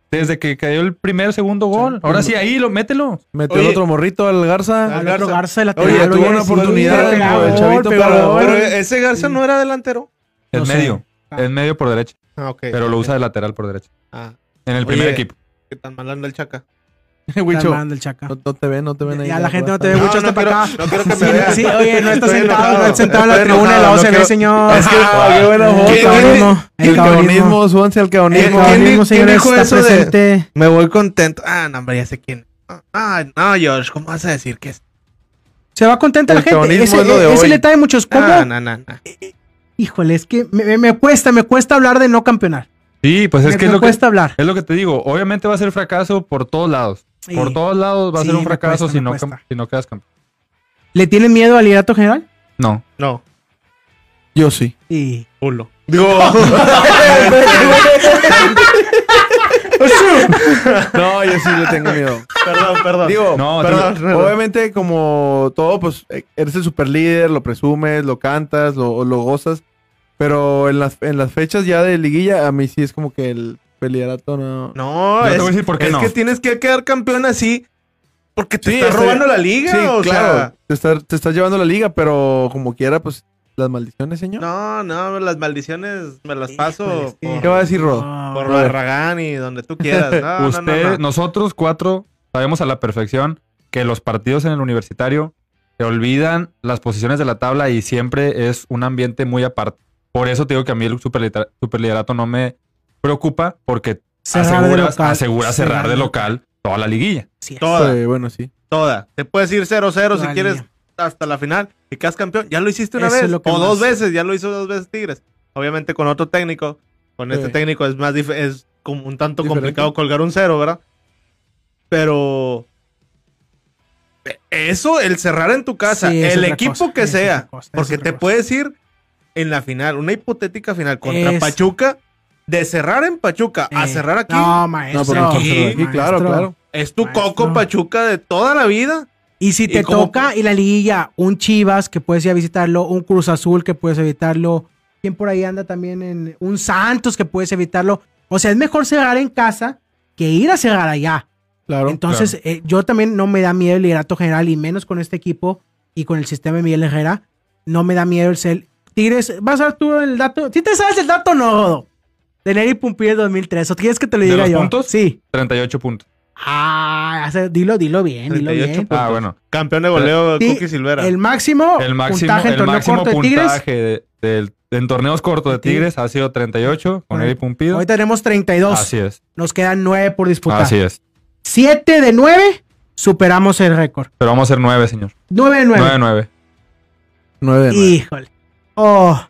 desde que cayó el primer, segundo gol. Ahora sí, ahí lo mételo.
Metió
Oye.
el otro morrito al Garza.
Ah,
Al otro
Garza.
Garza, el lateral,
Oye, tuvo una
sí,
oportunidad,
pegó
el
gol,
chavito,
pegó
pero- eh,
gol.
Pero ese Garza no era delantero.
En
No sé.
medio,
Ah.
en medio por derecha,
Ah, ok.
pero lo usa de lateral por derecha.
Ah,
En el
Oye,
primer equipo.
qué tan mal anda el Chaca.
Está
Huicho,
hablando el Chaca.
no, no te ven, no te ven ahí.
Ya la gente no te ve
No,
mucho
no
hasta
quiero-
para acá.
no quiero que me
Sí,
vean.
sí, oye, no está
Estoy
sentado,
enojado.
no está sentado en la
Estoy
tribuna de la
enojado, no
OCB,
quiero-
señor.
Es que-
Ah, qué buena
El
¿Quién-
foto.
caonismo, el
El
caonismo.
caonismo, súbanse al
El
caonismo.
¿Quién-
caonismo,
quién
señores,
dijo
está
eso de-
presente.
Me voy contento. Ah, no, hombre, ya sé quién. Ah, no, George, ¿cómo vas a decir que es?
Se va contenta
El
la gente.
caonismo
Ese,
es lo de
ese
hoy.
le trae muchos. ¿Cómo?
Ah, no, no, no.
Híjole, es que me, me- me cuesta, me cuesta hablar de no campeonar.
Sí, pues es
me
que
me
es lo que
cuesta hablar.
Es lo que te digo, obviamente va a ser fracaso por todos lados.
Sí.
Por todos lados va a
Sí,
ser un
me
fracaso
cuesta,
si,
me
no,
cuesta.
cam- si no quedas campeón.
¿Le tienen miedo al liderato general?
No.
No,
Yo sí.
Sí.
culo.
No, yo sí le tengo miedo.
Perdón, perdón.
Digo,
No,
perdón,
tiene-
obviamente como todo, pues eh, eres el super líder, lo presumes, lo cantas, lo, lo gozas, pero en las, en las fechas ya de liguilla a mí sí es como que el peliarato no...
no,
Yo
es,
te voy a decir por qué
es
no.
que tienes que quedar campeón así porque te
Sí,
estás
este-
robando la liga.
sí,
o
claro, te estás te está llevando la liga, pero como quiera, pues las maldiciones,
sea,
señor.
no, no, las maldiciones me las
Híjole,
paso
pues, es que-
por,
¿Qué va a decir Rodo?
Ah,
por Barragán y donde tú quieras. No, no, no,
Usted,
no.
nosotros cuatro sabemos a la perfección que los partidos en el universitario se olvidan las posiciones de la tabla y siempre es un ambiente muy aparte. Por eso te digo que a mí el superlita- superliderato no me preocupa porque
cerrar de
asegura
local.
asegura cerrar de local toda la liguilla.
Así es.
Toda,
Sí, Este, bueno, sí.
toda. Te puedes ir 0-0 si
Toda
quieres
línea.
hasta la final y quedas campeón. Ya lo hiciste una
Eso es
vez
lo
o
que más-
dos veces, ya lo hizo dos veces Tigres. Obviamente con otro técnico, con este
Sí.
técnico es más dif- es como un tanto
Diferente.
complicado colgar un cero, ¿verdad? Pero Eso, el cerrar en tu casa,
Sí, es
el
otra
equipo
cosa,
que
es
sea,
otra cosa, es
porque
otra
te
cosa.
puedes ir en la final, una hipotética final contra
Es-
Pachuca, de cerrar en Pachuca a
Sí.
cerrar aquí,
Eh. No, maestro.
No, porque
aquí,
aquí, claro,
maestro.
claro.
es tu
maestro.
coco Pachuca de toda la vida.
Y si
¿Y
te
cómo-
toca y la liguilla, un Chivas que puedes ir a visitarlo, un Cruz Azul que puedes evitarlo, quien por ahí anda también en un Santos que puedes evitarlo. O sea, es mejor cerrar en casa que ir a cerrar allá.
Claro.
Entonces, eh, yo también no me da miedo el liderato general y menos con este equipo y con el sistema de Miguel Herrera. No me da miedo el ser. Tigres, vas a dar tú el dato. Si te sabes el dato, no, Rodo. De Neri Pumpier 2003. ¿O quieres que te lo
¿De
diga
los
yo?
puntos?
Sí.
38 puntos.
Ah, hace- dilo, dilo bien, dilo
38
bien.
Ah, bueno.
Campeón de goleo,
Sí,
Cookie Silvera.
El máximo,
El máximo,
puntaje en
el
torneo
máximo
corto de Tigres.
puntaje de- del- en torneos cortos de
Tigres.
Tigres ha sido 38 con
Bueno,
Eric Pumpido.
Hoy tenemos 32.
Así es.
Nos quedan 9 por disputar.
Así es.
7 de 9, superamos el récord.
Pero vamos a ser 9, señor.
9 de 9.
9-9.
9 de nueve.
Híjole. Oh.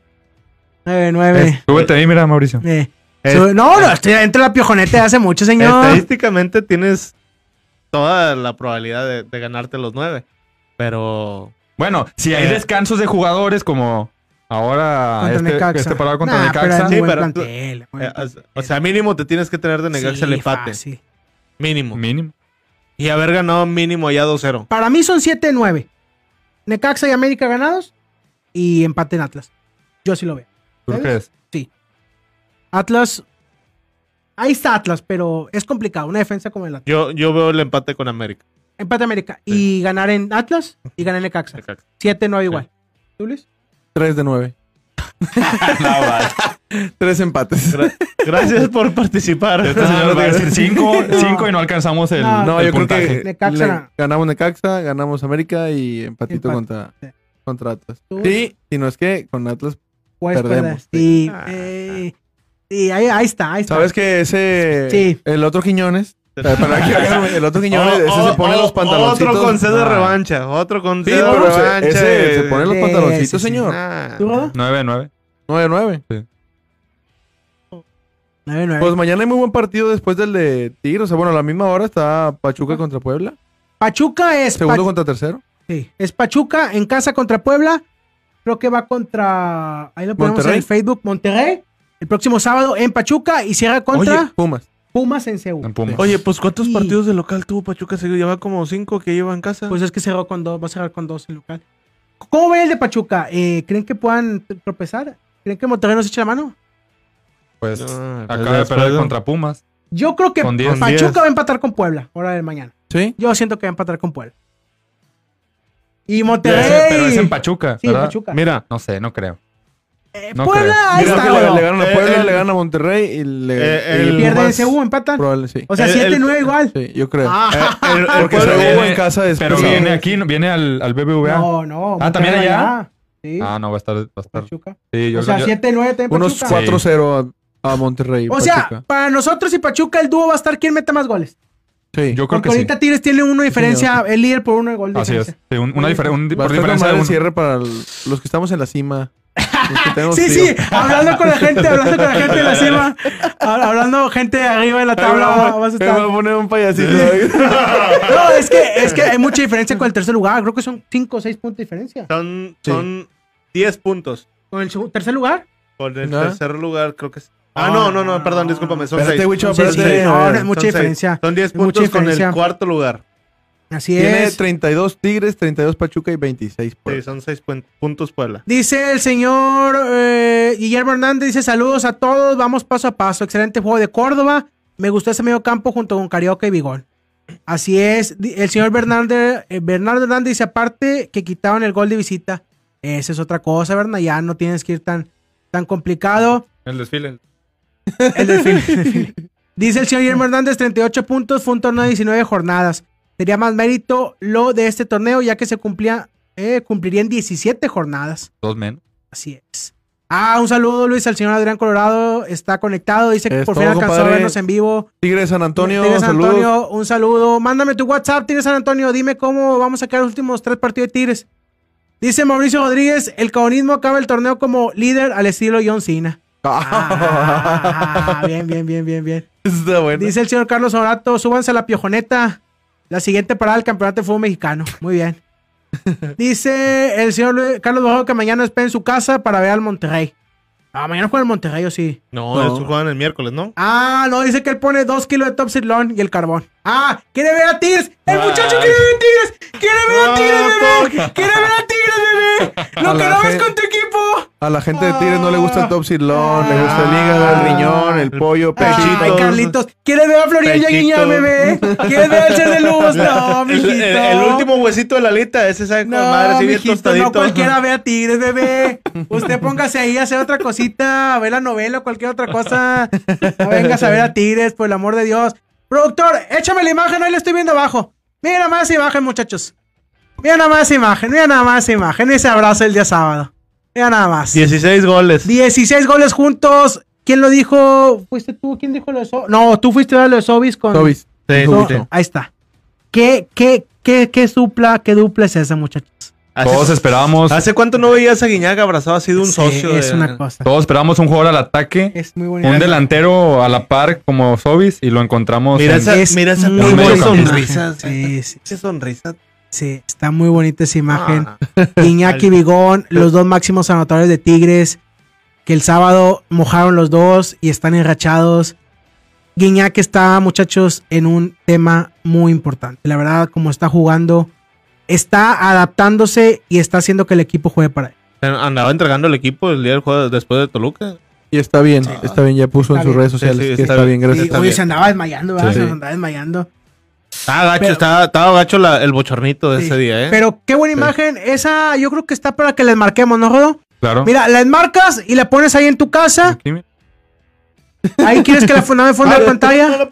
9 de 9.
Súbete ahí, mira, Mauricio.
Eh,
este,
Es-
su- no, no, estoy adentro de la piojoneta de hace mucho, señor.
Estadísticamente tienes toda la probabilidad de, de ganarte los nueve, pero
Bueno, si hay
Eh.
descansos de jugadores como ahora
Contra
este,
Necaxa.
este parado contra
Nah, pero es
Necaxa.
muy
Sí,
buen
pero-
plantel, muy
eh,
buen
o- o sea, mínimo te tienes que tener de negarse
Sí,
el empate,
fácil.
mínimo.
Mínimo.
Y haber ganado mínimo ya 2-0.
Para mí son 7 de 9. Necaxa y América ganados y empate en Atlas. Yo sí lo veo.
¿Tú
¿Sabes?
crees?
Atlas. Ahí está Atlas, pero es complicado. Una defensa como el Atlas.
Yo, yo veo el empate con América.
Empate América. Y ganar en Atlas y ganar en Necaxa. 7 no igual. ¿Tú, Luis?
3 de 9. 3 empates.
Gra- gracias por participar.
Este señor va a decir 5 y no alcanzamos el,
Ah,
No,
No,
el
yo
puntaje.
creo que
Necaxa.
le- ganamos Necaxa, ganamos América y empatito
Empate.
contra,
Sí.
contra Atlas.
Tú-
Sí, si no es que con Atlas.
Puedes
Perdemos,
perder. Sí.
Ah.
eh, sí, ahí, ahí está, ahí está.
¿Sabes que ese.
Sí.
El otro Quiñones. Eh, para que hagan- el otro Quiñones,
Oh,
ese
oh,
se pone
oh,
los pantaloncitos. Ah.
Otro consejo de
Nah.
revancha. Otro
Sí,
consejo de
no,
revancha. eh. Ah.
ese, ese se pone los
Sí,
pantaloncitos,
sí, sí.
señor.
Nah.
¿Tú,
Pues,
Rodo?
9-9.
9-9.
9 9.
Pues mañana hay muy buen partido después del de Tigres. O sea, bueno, a la misma hora está Pachuca contra Puebla.
Pachuca Ah. es,
Segundo
Pachu-
contra tercero.
sí, es Pachuca en casa contra Puebla. Creo que va contra. Ahí lo ponemos
Monterrey.
en el Facebook. Monterrey. El próximo sábado en Pachuca y cierra contra
Oye, Pumas.
Pumas en Seúl.
En Pumas.
Oye, pues ¿cuántos
Sí.
partidos de local tuvo Pachuca seguido? Lleva como cinco que lleva en casa.
Pues es que cerró con dos, va a cerrar con dos el local. ¿Cómo ve el de Pachuca? Eh, ¿Creen que puedan tropezar? ¿Creen que Monterrey nos eche la mano?
pues
No, pues,
acaba de
después
perder
de-
contra Pumas.
Yo creo que
Con diez.
Pachuca
Con diez.
va a empatar con Puebla, hora de mañana.
Sí.
Yo siento que va a empatar con Puebla. Y
Pero
Monterrey.
es, pero es en Pachuca,
sí,
¿verdad?
Pachuca.
Mira,
No sé, no creo.
Eh,
no
Puebla,
creo.
ahí
Creo
está.
que le,
güey.
le ganan a
Eh,
Puebla,
el-
le ganan a Monterrey y le.
Eh,
y
el-
Pierde de
Pumas,
Seúl, empatan.
Probable, sí.
O sea,
El-
7-9 igual.
Sí, yo creo.
Ah,
el- Eh, el
Porque
pueblo-
se
Puebla
jugó
viene-
en casa después.
Pero
sí.
viene aquí, ¿no? viene al, al BBVA.
no, no.
Ah, ¿también
Monterrey
allá?
Sí.
Ah, no, va a estar. Va a estar.
Pachuca.
Sí, yo,
O sea,
yo-
7-9 también
Unos
Pachuca.
4-0 a, a Monterrey.
O sea,
Pachuca.
para nosotros y Pachuca el dúo va a estar quién meta más goles.
sí.
yo creo
Porque
que sí.
ahorita Tigres tiene una diferencia, el líder por uno de gol. de
Así es.
diferencia.
Sí, un- una difere- un-
Va
por
a estar con
diferencia de
madre el
un-
cierre para el- los que estamos en la cima. los que tenemos
Sí,
frío.
sí, hablando con la gente, hablando con la gente de la cima, hab- hablando gente de arriba de la
Ahí me
tabla,
va-
vas a
ahí me va
estar.
a poner un payasito.
No, es que, es que hay mucha diferencia con el tercer lugar, creo que son 5 o 6 puntos de diferencia.
son
Sí.
son 10 puntos.
Con el segu- tercer lugar,
Con el
¿No?
tercer lugar creo que sí.
Ah,
Ah, no, no, no,
no.
perdón, discúlpame. Son
Espérate,
seis.
Wicho,
Son seis.
Sí,
espérate.
no, no, es
Son
mucha
seis.
diferencia.
Son 10
Es mucha
puntos con
diferencia.
el cuarto lugar.
así
Tiene
es.
32 Tigres, 32 Pachuca y 26 Puebla.
Sí, son 6 puntos Puebla.
Dice el señor eh, Guillermo Hernández, dice saludos a todos, vamos paso a paso, excelente juego de Córdoba, me gustó ese medio campo junto con Carioca y Bigón. Así es, Di- el señor Bernardo, eh, Bernardo Hernández dice aparte que quitaron el gol de visita, esa es otra cosa, Bernardo, ya no tienes que ir tan, tan complicado.
El desfile.
El delfín. Dice el señor Guillermo Hernández, 38 puntos, fue un torneo de 19 jornadas. Sería más mérito lo de este torneo ya que se cumplía, eh, cumplirían 17 jornadas.
Dos menos.
Así es. Ah, un saludo, Luis, al señor Adrián Colorado. Está conectado. Dice que
Es
por
todo,
fin alcanzó a
compadre.
vernos en vivo.
Tigres San Antonio,
Tigres San
saludos.
Antonio, un saludo. Mándame tu WhatsApp, Tigres San Antonio. Dime cómo vamos a quedar los últimos tres partidos de Tigres. Dice Mauricio Rodríguez, el cabonismo acaba el torneo como líder al estilo John Cena. Ah, bien, bien, bien, bien, bien.
Está bueno.
Dice el señor Carlos Orato, súbanse a la piojoneta. La siguiente parada del campeonato fue un mexicano. Muy bien. Dice el señor Lu- Carlos Bajo que mañana espera en su casa para ver al Monterrey. Ah, mañana juega el Monterrey, o sí.
No,
No.
eso juegan el miércoles, ¿no?
Ah, no, dice que él pone dos kilos de top sirloin y el carbón. Ah, quiere ver a Tigres. El muchacho
Ay.
quiere ver a Tigres. Quiere ver a Tigres, bebé.
Loco.
Quiere ver a Tigres, bebé. Lo
A
que
la
no ves
fe-
con tu equipo.
A la gente de Tigres no le gusta el top sirloin, le gusta el
Ah.
hígado, el riñón, el pollo,
Ay,
pechito.
Carlitos. ¿Quieres ver a Florian
Pechito.
Yaguiña, bebé? ¿Quieres ver al Ser de Luz? No,
El,
mijito.
el- el último huesito de la alita, ese sabe con
No,
madre, así bien
mijito,
tostadito.
no cualquiera ve a Tigres, bebé. Usted póngase ahí a hacer otra cosita, a ver la novela o cualquier otra cosa. No vengas a ver a Tigres, por el amor de Dios. Productor, échame la imagen, ahí la estoy viendo abajo. Mira nada más esa imagen, muchachos. Mira nada más esa imagen, mira nada más esa imagen. Ese abrazo el día sábado. Mira nada más.
16 goles.
16 goles juntos. ¿Quién lo dijo? ¿Fuiste tú? ¿Quién dijo lo de Sobis? No, tú fuiste a lo de Sobis con...
Tobis.
Sí,
No,
sí.
Ahí está. ¿Qué, qué, qué, qué supla, qué dupla es esa, muchachos?
Todos
Hace,
esperábamos,
¿hace cuánto no veías a Guiñaga abrazado así de un
Sí,
socio?
Es
de-
una cosa.
todos esperábamos un jugador al ataque,
Es muy bonito.
un delantero a la par como Sobis y lo encontramos.
Mira
en-
esa- mira esa
muy
pinche
bonita
sonrisa,
imagen. Sí, sí,
Esa sonrisa.
sí, está muy bonita esa imagen.
Ah,
Iñaki Vigón, los dos máximos anotadores de Tigres, que el sábado mojaron los dos y están enrachados. Guiñac está, muchachos, en un tema muy importante. La verdad, como está jugando, está adaptándose y está haciendo que el equipo juegue para él.
Andaba entregando el equipo el día del juego después de Toluca.
Y está bien, está bien, ya puso en
Está
sus
bien.
redes sociales
Sí, sí,
que
está
está
bien.
bien, gracias.
Y,
Pues está
oye,
bien.
se andaba desmayando, ¿verdad?
Sí.
Se andaba desmayando.
Estaba gacho,
Pero-
estaba, estaba gacho la- el bochornito de
Sí.
ese día, ¿eh?
Pero qué buena
Sí.
imagen. Esa yo creo que está para que la enmarquemos, ¿no, Rodo?
Claro.
Mira, la enmarcas y la pones ahí en tu casa.
Aquí, mira.
Ahí quieres que la funda de fondo de
Ah,
pantalla.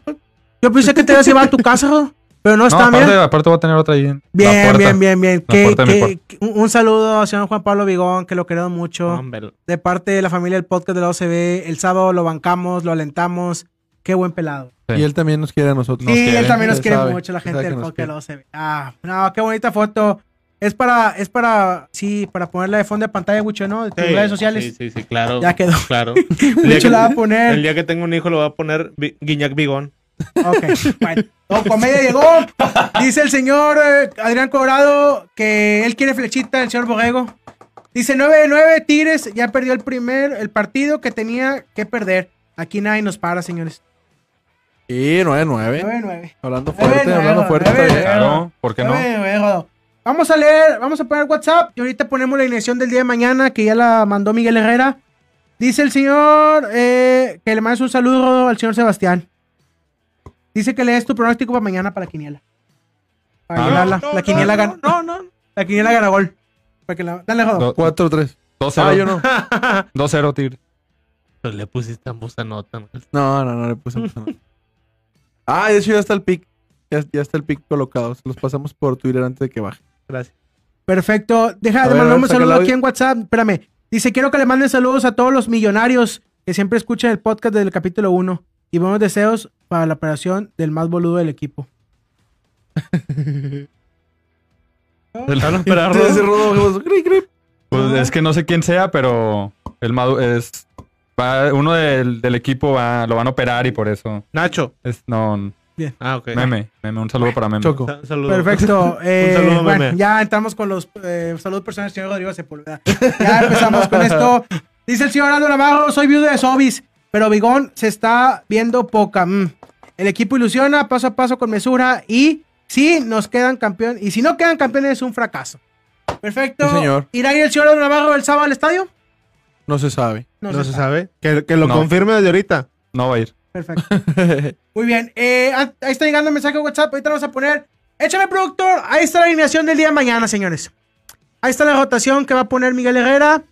Yo pensé que te ibas a llevar a tu casa, Rodo, pero no
No,
está,
aparte,
mira.
aparte voy a tener otra ahí en la
Bien,
puerta.
bien, bien, bien.
La
Que-
puerta de mi
que-
cuarto.
que- un, un saludo al señor Juan Pablo Vigón, que lo queremos mucho.
Hombre,
De parte de la familia del podcast de la OCB. El sábado lo bancamos, lo alentamos. Qué buen pelado.
Y él también nos quiere a nosotros.
Nos
sí,
quiere,
él también nos
se
quiere
sabe,
mucho, la
se
gente
sabe
del
que nos
podcast de la OCB. Ah, no, qué bonita foto. Es para, es para, sí, para ponerla de fondo de pantalla, Gucho, ¿no? De tus
Sí,
redes sociales.
Sí, sí, sí, claro.
Ya quedó.
Claro. El día
Mucho
que-
la va a poner.
El día que tenga un hijo lo va a poner Bi- Guiñac Bigón.
Ok, bueno. No, comedia llegó. Dice el señor eh, Adrián Cobrado que él quiere flechita del señor Borrego. Dice 9 de 9, Tigres ya perdió el primer, el partido que tenía que perder. Aquí nadie nos para, señores.
Sí,
¿Eh?
9-9.
9 de 9.
Hablando
Nueve,
fuerte,
nueve,
hablando fuerte.
nueve,
está bien.
Claro, ¿por qué no?
9 de 9, Rodo. Vamos a leer, vamos a poner WhatsApp y ahorita ponemos la alineación del día de mañana que ya la mandó Miguel Herrera. Dice el señor eh, que le mandes un saludo Rodo, al señor Sebastián. Dice que lees tu pronóstico para mañana para la quiniela. Para
Ah.
ganarla.
No, no,
la
no,
quiniela
no,
gana. No, no, La quiniela gana gol. Para que la- dale, Rodo.
Do-
4-3. Ah,
2-0,
yo no.
2-0, Tigre.
Pues le pusiste ambos a nota. ¿no?
No, no, no le puse. mucho, no. Ah, de hecho ya está el pick. Ya, ya está el pick colocado. Se Los pasamos por Twitter antes de que baje.
Gracias.
Perfecto. Deja
A
de
ver,
mandarme
a ver,
un
saca el
saludo
audio.
aquí en WhatsApp. Espérame. Dice, quiero que le manden saludos a todos los millonarios que siempre escuchan el podcast del capítulo 1. Y buenos deseos para la operación del más boludo del equipo.
Entonces, Rodo, cri, cri.
Pues es que no sé quién sea, pero el Madu es. va- uno del, del equipo va, lo van a operar y por eso.
Nacho.
Es, no,
Ah, ok.
meme, meme, un saludo para meme.
Choco.
Sa- saludos.
Perfecto. Eh,
saludo,
bueno,
meme.
ya entramos con los eh, saludos personales, señor Rodrigo Sepúlveda. Ya empezamos con esto. Dice el señor Aldo Navarro, soy viudo de Sobis, pero Bigón se está viendo poca. Mm. El equipo ilusiona paso a paso con mesura y si nos quedan campeones, y si no quedan campeones es un fracaso. Perfecto.
Sí, señor.
¿Irá a ir el señor Aldo Navarro el sábado al estadio?
No se sabe.
No,
sé.
se sabe. Que, que lo
No.
confirme desde ahorita.
No va a ir.
Perfecto. Muy bien. Eh, ah, ahí está llegando el mensaje de WhatsApp. Ahorita lo vamos a poner. Échame, productor. Ahí está la alineación del día de mañana, señores. Ahí está la rotación que va a poner Miguel Herrera.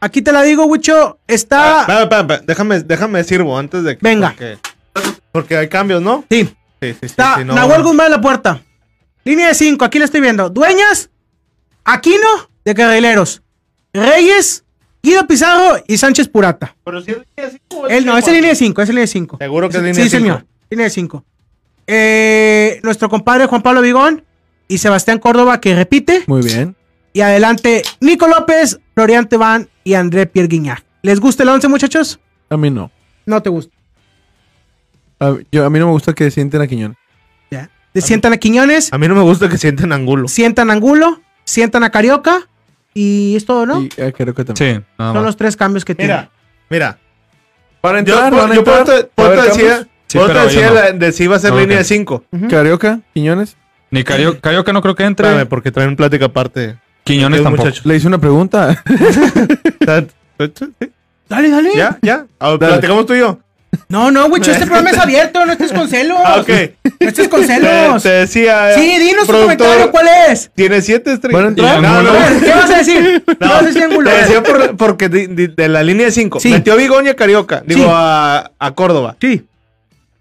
Aquí te la digo, Wicho.
Ah,
Está.
espera, espera, espera. Déjame, déjame sirvo antes de que.
Venga.
Porque, porque hay cambios, ¿no?
Sí,
Sí, sí, sí.
está
sí, no,
Nahuel Guzmán en la puerta. Línea de 5. Aquí la estoy viendo. Dueñas. Aquino de Carrileros. Reyes. Guido Pizarro y Sánchez Purata.
Pero si es línea de cinco,
Él no, esa es línea de 5. Esa es línea de 5.
Seguro que
Sí,
es línea
sí,
de cinco.
señor. Línea de 5. nuestro compadre Juan Pablo Vigón y Sebastián Córdoba, que repite.
Muy bien.
Y adelante, Nico López, Florian Tebán y André Pierre Guignac. ¿Les gusta el 11, muchachos?
A mí no.
No te gusta.
A, yo, a mí no me gusta que sienten a Quiñón.
Ya. de- sientan a Quiñones,
A mí no me gusta que sienten angulo.
sientan a Angulo, sientan a Carioca y es todo, ¿no?
Y, eh, creo que también.
Sí, nada
Son
más.
los tres cambios que tiene.
Mira, mira.
Para
Yo,
entrar,
por-
van a
yo por
entrar.
eso- por
A
eso
ver,
decía,
Sí,
por eso
pero yo
decía
no.
la- de si iba a ser
Ok.
línea de 5.
Campos, Carioca, Quiñones.
Ni Cario- Carioca no creo que entre.
Espérame, porque traen plática aparte.
Quiñones
Es
tampoco.
muchacho.
Le hice una pregunta.
Dale, dale.
¿Ya? ¿Ya? Ah, ¿Platicamos tú y yo?
No, no, güey, este programa es abierto, no estés con celos.
Ah, ok.
No estés con
Te,
celos.
te decía... eh,
Sí, dinos un
productor,
comentario cuál es.
Tiene siete estrellas.
¿Van a entrar?
No,
A
no.
ver, ¿Qué vas a decir? ¿Qué vas a decir, Angulo?
Te decía por- porque de, de- de la línea 5.
Sí.
Metió a Bigoña a Carioca. Digo,
Sí.
a, a Córdoba.
Sí.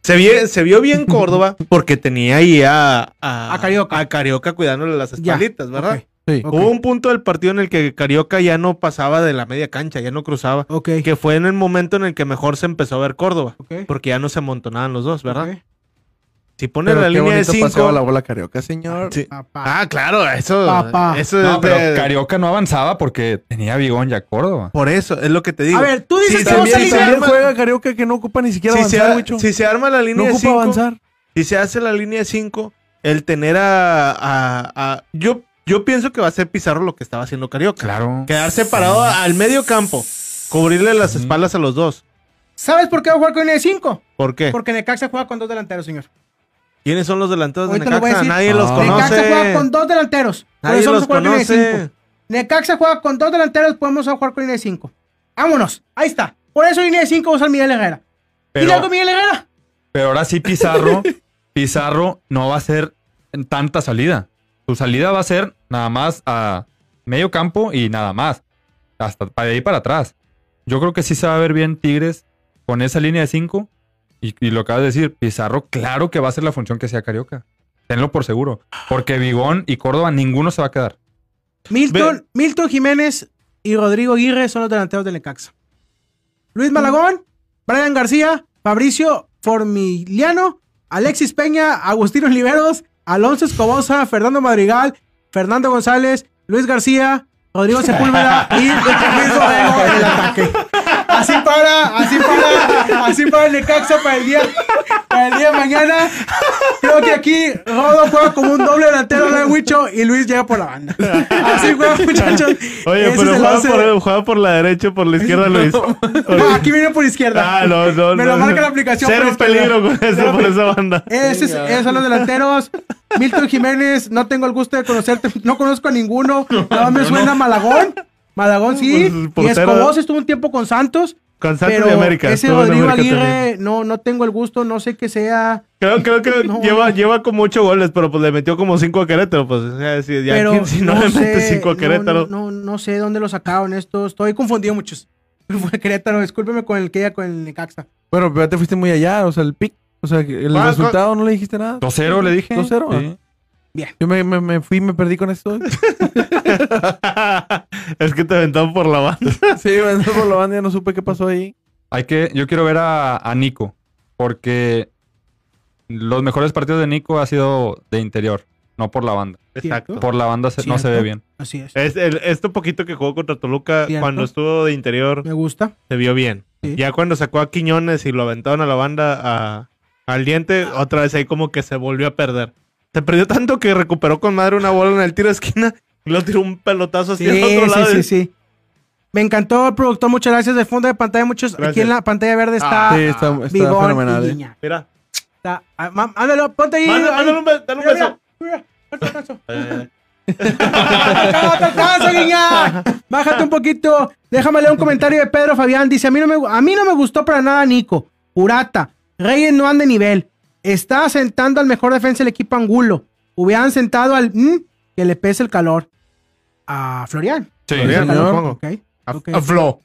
Se, vie- se vio bien Córdoba porque tenía ahí a...
A Carioca.
A Carioca cuidándole las
Ya.
espalditas, ¿verdad?
Ok,
Sí.
ok.
Hubo un punto del partido en el que Carioca ya no pasaba de la media cancha, ya no cruzaba.
Ok.
Que fue en el momento en el que mejor se empezó a ver Córdoba.
ok,
Porque ya no se amontonaban los dos, ¿verdad?
ok.
Si pones
Pero
la
qué
línea de
bonito
5.
pasaba la bola Carioca, señor.
Sí.
Papá.
Ah, claro, eso.
Papá.
Eso
No,
es
pero
de-
Carioca no avanzaba porque tenía Bigón ya Córdoba.
Por eso, es lo que te digo.
A ver, tú dices
Sí,
que vamos a
También,
se
también
alinear.
arma-
juega Carioca que no ocupa ni siquiera
si, se,
avanzar,
ha-
Wicho.
si se arma la
No
línea
ocupa
5,
avanzar.
si se hace la línea 5, el tener a, a- a- yo, yo pienso que va a ser Pizarro lo que estaba haciendo Carioca.
Claro.
Quedar separado al medio campo, cubrirle las
Ujú.
espaldas a los dos.
¿Sabes por qué va a jugar con el 5?
¿Por qué?
Porque Necaxa juega con dos delanteros, señor.
¿Quiénes son los delanteros de
Ahorita lo voy a
Necaxa?
decir.
Nadie los
Ah.
conoce.
Necaxa juega con dos delanteros. Por
Nadie
eso vamos
los
a jugar con línea de
conoce.
cinco. Necaxa juega con dos delanteros, podemos jugar con línea de 5. Vámonos, ahí está. Por eso línea de 5 usa al Miguel Herrera. Dile algo,
Pero,
Miguel Herrera.
pero ahora sí Pizarro, Pizarro no va a ser en tanta salida. Su salida va a ser nada más a medio campo y nada más. Hasta para ahí para atrás. Yo creo que sí se va a ver bien Tigres con esa línea de 5. Y, y lo acabas de decir, Pizarro, claro que va a ser la función que sea Carioca. Tenlo por seguro. Porque Bigón y Córdoba, ninguno se va a quedar.
Milton, Milton Jiménez y Rodrigo Aguirre son los delanteros del Necaxa. Luis Malagón, Brian García, Fabricio Formiliano, Alexis Peña, Agustín Oliveros, Alonso Escobosa, Fernando Madrigal, Fernando González, Luis García, Rodrigo Sepúlveda y Luis Rodrigo en el ataque. Así para, así para, así para el Necaxa para el día, para el día de mañana. Creo que aquí Rodo juega como un doble delantero de Huicho y Luis llega por la banda. Así juega, muchachos.
Oye,
Ese
pero
es el
juega
once.
por, juega por la derecha o por la izquierda, Luis.
No, aquí viene por izquierda.
Ah, no, no,
Me
no,
lo marca
no.
la aplicación.
Cero
por izquierda.
peligro con eso, por esa banda.
Ese es- esos son los delanteros. Milton Jiménez, no tengo el gusto de conocerte. No conozco a ninguno. Nada más me suena Malagón. Malagón sí.
Pues,
y
portero.
Escobos estuvo un tiempo con Santos.
Con Santos
Pero
de América.
ese
estuvo en
Rodrigo
América también.
Aguirre, no, no tengo el gusto, no sé qué sea.
Creo, creo que
No.
lleva, lleva como ocho goles, pero pues le metió como cinco a Querétaro. Pues o sea, si, ya
pero
aquí, si no, le mete
sé,
cinco a
no,
Querétaro.
No, no, no sé dónde lo sacaron estos. Estoy confundido muchos. Fue Querétaro, discúlpeme con el que ya con el Necaxa.
Bueno, pero ya te fuiste muy allá, o sea, el pick. O sea, que el
Ah,
resultado no le dijiste nada.
2-0 le dije.
2-0, ah.
Sí.
Yo me, me, me fui, me perdí con esto.
es que te aventaron por la banda.
sí, me andé por la banda, ya no supe qué pasó ahí.
Hay que, yo quiero ver a, a Nico, porque los mejores partidos de Nico ha sido de interior, no por la banda.
Exacto.
Por la banda se- no se
Cierto.
ve bien.
Así es.
Es el, este poquito que jugó contra Toluca,
Cierto.
cuando estuvo de interior,
Me gusta.
se vio bien.
Sí.
Ya cuando sacó a Quiñones y lo aventaron a la banda a- al diente, otra vez ahí como que se volvió a perder. Se perdió tanto que recuperó con madre una bola en el tiro de esquina y lo tiró un pelotazo
Sí,
hacia el otro
sí,
lado.
sí, sí. Me encantó el productor, muchas gracias. De fondo de pantalla, muchos. Aquí
Gracias. Ah,
en la pantalla verde está
sí, está, está
Bigón
fenomenal.
y
eh.
Guiña.
Mira,
Está- ah, mam- ándalo, ponte ahí.
mándale,
ahí.
mándale un be- dale un
Mira,
beso.
mira, mira. Alto alcanzo.
Eh,
¡No te alcanzo, Guiñac! Bájate un poquito. Déjame leer un comentario de Pedro Fabián. Dice, a mí no me, gu- a mí no me gustó para nada Nico. Urata. Reyes no anda de nivel. Está sentando al mejor defensa del equipo Angulo. Hubieran sentado al... mm, que le pese el calor. A Florian.
Sí,
Florian.
El calor,
supongo.
ok, ok.
Flo.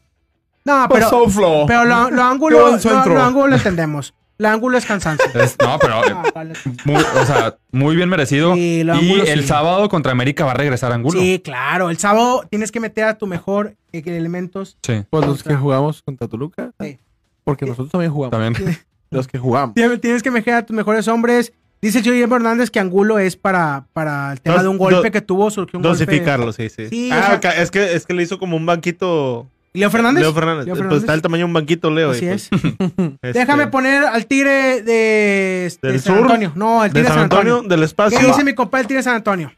No,
Pues
pero,
Flo.
pero lo, lo
Yo
ángulo, lo,
encuentro.
lo ángulo lo entendemos. Lo ángulo es cansancio.
es- no, pero eh,
Ah, vale.
muy, o sea, muy bien merecido.
Sí, lo
y
Angulo
el
sí.
sábado contra América va a regresar Angulo. Sí.
Sí, claro. El sábado tienes que meter a tu mejor eh, elementos.
Pues los que jugamos contra Toluca.
Sí.
Porque nosotros también jugamos.
También.
Los que jugamos.
Tien- Tienes que mejorar a tus mejores hombres. Dice Guillermo Hernández que Angulo es para, para el tema
Dos-
de un golpe
do-
que tuvo, surgió un golpe.
Dosificarlo, sí, sí.
Sí,
ah,
o sea-
ca- es, que, es que le hizo como un banquito.
Leo Fernández.
Leo Fernández.
Leo
Pues está el tamaño de un banquito, Leo. y
Así
pues,
es.
este,
Déjame poner al tigre de este,
¿Del
San
sur?
Antonio. No, el
De
Tigre
San Antonio, del
¿Qué
espacio.
dice mi compa el Tigre San Antonio?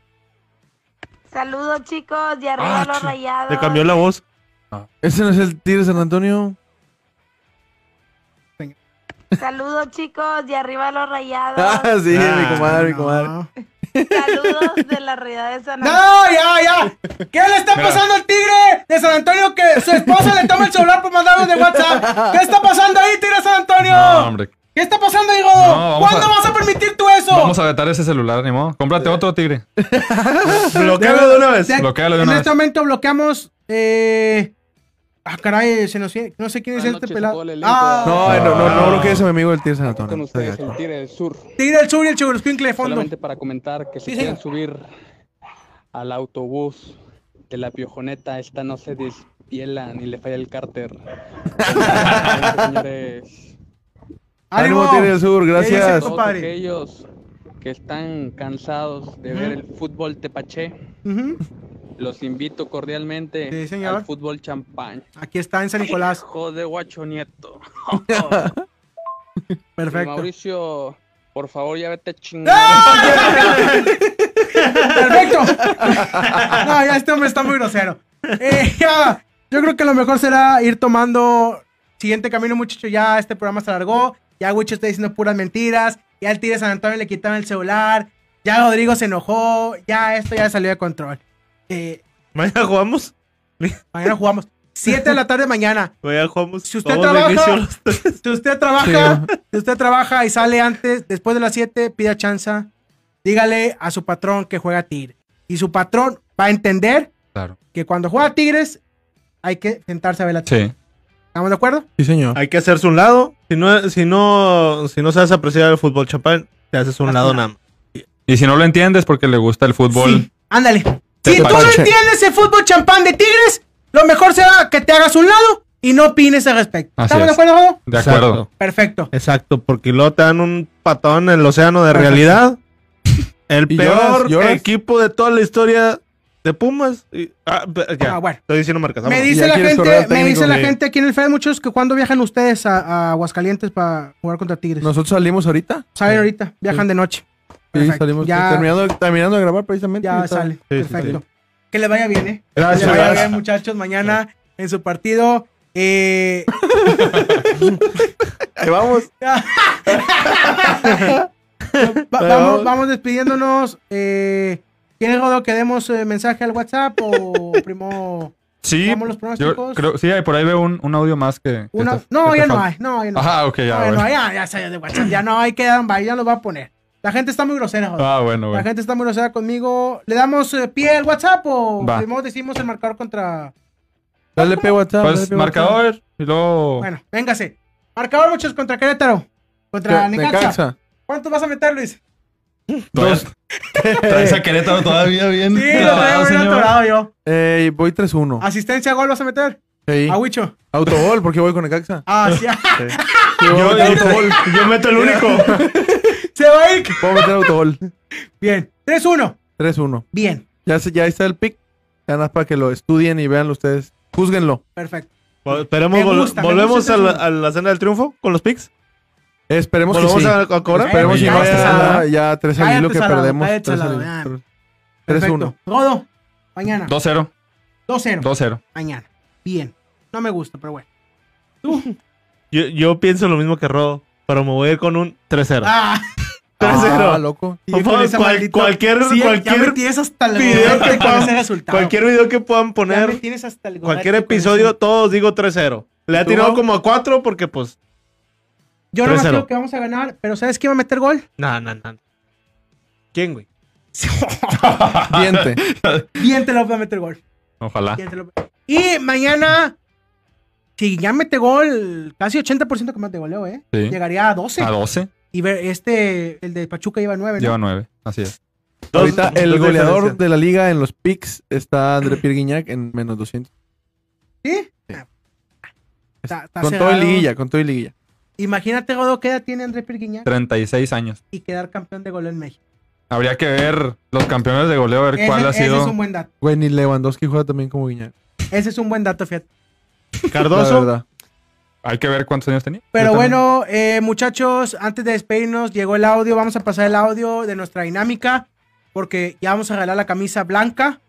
Saludos chicos, de arriba
Ah,
los
chi-
rayados.
Le cambió la voz.
¿Ese no es el Tigre San Antonio?
Saludos chicos, de arriba los rayados.
Ah, sí, mi comadre, mi
No.
comadre.
Saludos de la realidad de San Antonio.
No, ya, ya. ¿Qué le está pasando al tigre de San Antonio que su esposa le toma el celular por mandarlo de WhatsApp? ¿Qué está pasando ahí, tigre de San Antonio?
No, hombre.
¿Qué está pasando, ahí,
No,
Godo?
vamos
¿Cuándo
a-
vas a permitir tú eso?
Vamos a vetar ese celular, ni modo. Cómprate otro tigre.
Bloquealo de una vez.
De-
Bloquéalo de
en
una
este momento bloqueamos. Eh... Ah, caray, se nos viene- No sé quién es
Buenas
este
noches a
pelado.
todo el elenco.
Ah,
No,
Ah.
eh, no, no, no, lo que es mi amigo el Tigre San Antonio.
Con ustedes, el Tigre del Sur.
Tigre del Sur y el Chuguruscuincle de fondo.
Solamente para comentar que si
Sí,
quieren subir al autobús de la piojoneta, esta no se despiela ni le falla el cárter. Entonces, señores,
Ánimo, Tigre del Sur,
dice,
gracias.
compa?
todos
compadre.
aquellos que están cansados de ver el fútbol tepache,
Ujú.
los invito cordialmente
Sí, señor.
al fútbol champán.
Aquí está en San Nicolás.
Hijo de guacho nieto.
Perfecto.
Mauricio, por favor, ya vete a chingar.
Perfecto. No, ya este hombre está muy grosero. Eh, ya, yo creo que lo mejor será ir tomando siguiente camino, muchacho. Ya este programa se alargó. Ya Wicho está diciendo puras mentiras. Ya el Tigre San Antonio le quitaron el celular. Ya Rodrigo se enojó. Ya esto ya salió de control. Eh,
Mañana jugamos.
mañana jugamos. 7 de la tarde mañana.
Mañana jugamos.
Si usted
Todos de
trabaja-
inicio los tres.
Si usted trabaja, si usted trabaja y sale antes, después de las 7, pida chanza. Dígale a su patrón que juega Tigre. Y su patrón va a entender
Claro.
que cuando juega Tigres hay que sentarse a ver la Tigres.
Sí.
¿Estamos de acuerdo?
Sí, señor.
Hay que hacerse un lado. Si no, si no, si no sabes apreciar el fútbol champán, te haces un lado nada más.
Y si no lo entiendes porque le gusta el fútbol.
Sí. Ándale.
Te
Si tú no
pache.
entiendes el fútbol champán de Tigres, lo mejor será que te hagas un lado y no opines al respecto.
Así
¿Estamos de
es.
acuerdo, Jodo?
De
Exacto.
acuerdo.
Perfecto.
Exacto, porque luego te dan un patón en el océano de realidad. El
Y
peor
lloras, lloras.
equipo de toda la historia de Pumas. Y- ah, pe- ya,
Ah, bueno.
Estoy diciendo marcas.
Me
Pues vámonos.
dice
ya
la
quieres correr al
gente, me
técnico,
dice la
sí.
gente aquí en el FED, muchos que cuando viajan ustedes a, a Aguascalientes para jugar contra Tigres.
Nosotros salimos ahorita.
Salen ahorita, viajan de noche.
Sí,
Perfecto.
salimos eh,
ya,
terminando, terminando de grabar precisamente.
ya
ahorita.
sale.
sí,
Perfecto. Que les vaya bien, ¿eh?
Gracias,
Que les vaya
gracias.
bien, muchachos, mañana en su partido. Eh,
Ahí vamos.
Va- vamos, vamos despidiéndonos. Eh, ¿Quieres, Rodo, que demos eh, mensaje al WhatsApp o primo?
Sí,
Vamos los pronósticos.
yo creo, sí, ahí por ahí veo un, un audio más que... que
Una-
estás-
no,
que
ya
te
no
falta.
hay. No, ya no.
Ajá, ok, ya,
No, ya,
bueno.
no, ya, ya salió de WhatsApp. Ya no, ahí quedan, bye, ya los va a poner. La gente está muy grosera, Rodo.
Ah, bueno,
La
bueno.
gente está muy grosera conmigo. ¿Le damos eh, pie al WhatsApp o
Va.
primero decimos el marcador contra.
Dale pe WhatsApp.
Pues,
dale pe WhatsApp.
marcador y luego...
Bueno, véngase. Marcador, muchos contra Querétaro. Contra
Ca-
Necaxa.
Necaxa.
¿Cuántos vas a meter, Luis?
Dos. Traes a Querétaro todavía bien.
Sí, lo
clavado,
traigo bien
señor.
atorado yo.
Eh, voy
Ah,
3-1.
Asistencia, gol vas a meter.
Sí.
A Huicho.
Autogol, porque voy con Necaxa.
Ah, sí.
Yo, yo- yo meto el único.
Se va a ir.
Puedo meter autogol.
Bien. 3-1.
3-1.
Bien.
Ya, se- ya ahí está el pick. Ya nada más para que lo estudien y vean ustedes. Júzguenlo.
Perfecto.
Vol- Esperemos,
Me
vol-
gusta, me
volvemos
gusta
a
ese
la,
asunto.
a la cena del triunfo con los picks.
Esperemos
Pues
que
Volvemos
sí.
a, a cobrar.
Esperemos que
Cállate,
no vaya
salado.
a- ya 3 al hilo
Cállate,
que
salado,
perdemos.
cállate,
Tres al
salado,
hilo.
Perfecto.
3-1.
Todo. Mañana.
2-0.
2-0.
2-0.
Mañana. Bien. No me gusta, pero bueno.
Yo, yo pienso lo mismo que Rodo, pero me voy a ir con un 3-0.
Ah,
3-0.
Ah, loco.
y yo
Papá,
con esa
cual-
maldita-
cualquier-
Sí, ya
cualquier
me tienes hasta el
video
gorrote
que
con
pon-
ese resultado.
Cualquier video que puedan
Ya me
poner,
tienes hasta el gorrote
cualquier
con ese-
episodio, todos digo 3-0. Le ha
¿Tú,
tirado
Mau?
como a 4 porque pues...
Yo no más
3-0.
creo que vamos a ganar, pero ¿sabes quién va a meter gol?
No, no, no. ¿Quién, güey?
Diente.
Bien te lo va a meter gol.
Ojalá.
Bien te lo- Y mañana, si ya mete gol, casi 80% que más de goleo, ¿eh?
Sí. Ah.
Llegaría a 12.
A 12.
Y ver, este, el de Pachuca lleva 9, ¿no?
Lleva 9. Así es.
Dos-
Ahorita el
dos
goleador
diferencias.
de la liga en los picks está André Pierguiñac en menos 200.
¿Sí? Ah. Está- está
Con todo
cerrado.
y liguilla, con todo y liguilla.
Imagínate, Godo, ¿qué edad tiene Andrés Pirguiñac
36 años.
y quedar campeón de goleo en México?
Habría que ver los campeones de goleo, a ver
Ese,
cuál ha
ese
sido.
es un buen dato.
Güey, ni Lewandowski juega también como Guiñac.
Ese es un buen dato, fíjate.
La
Cardoso,
verdad.
Hay que ver cuántos años tenía.
Pero
Yo también.
bueno, eh, muchachos, antes de despedirnos, llegó el audio. Vamos a pasar el audio de nuestra dinámica porque ya vamos a regalar la camisa blanca.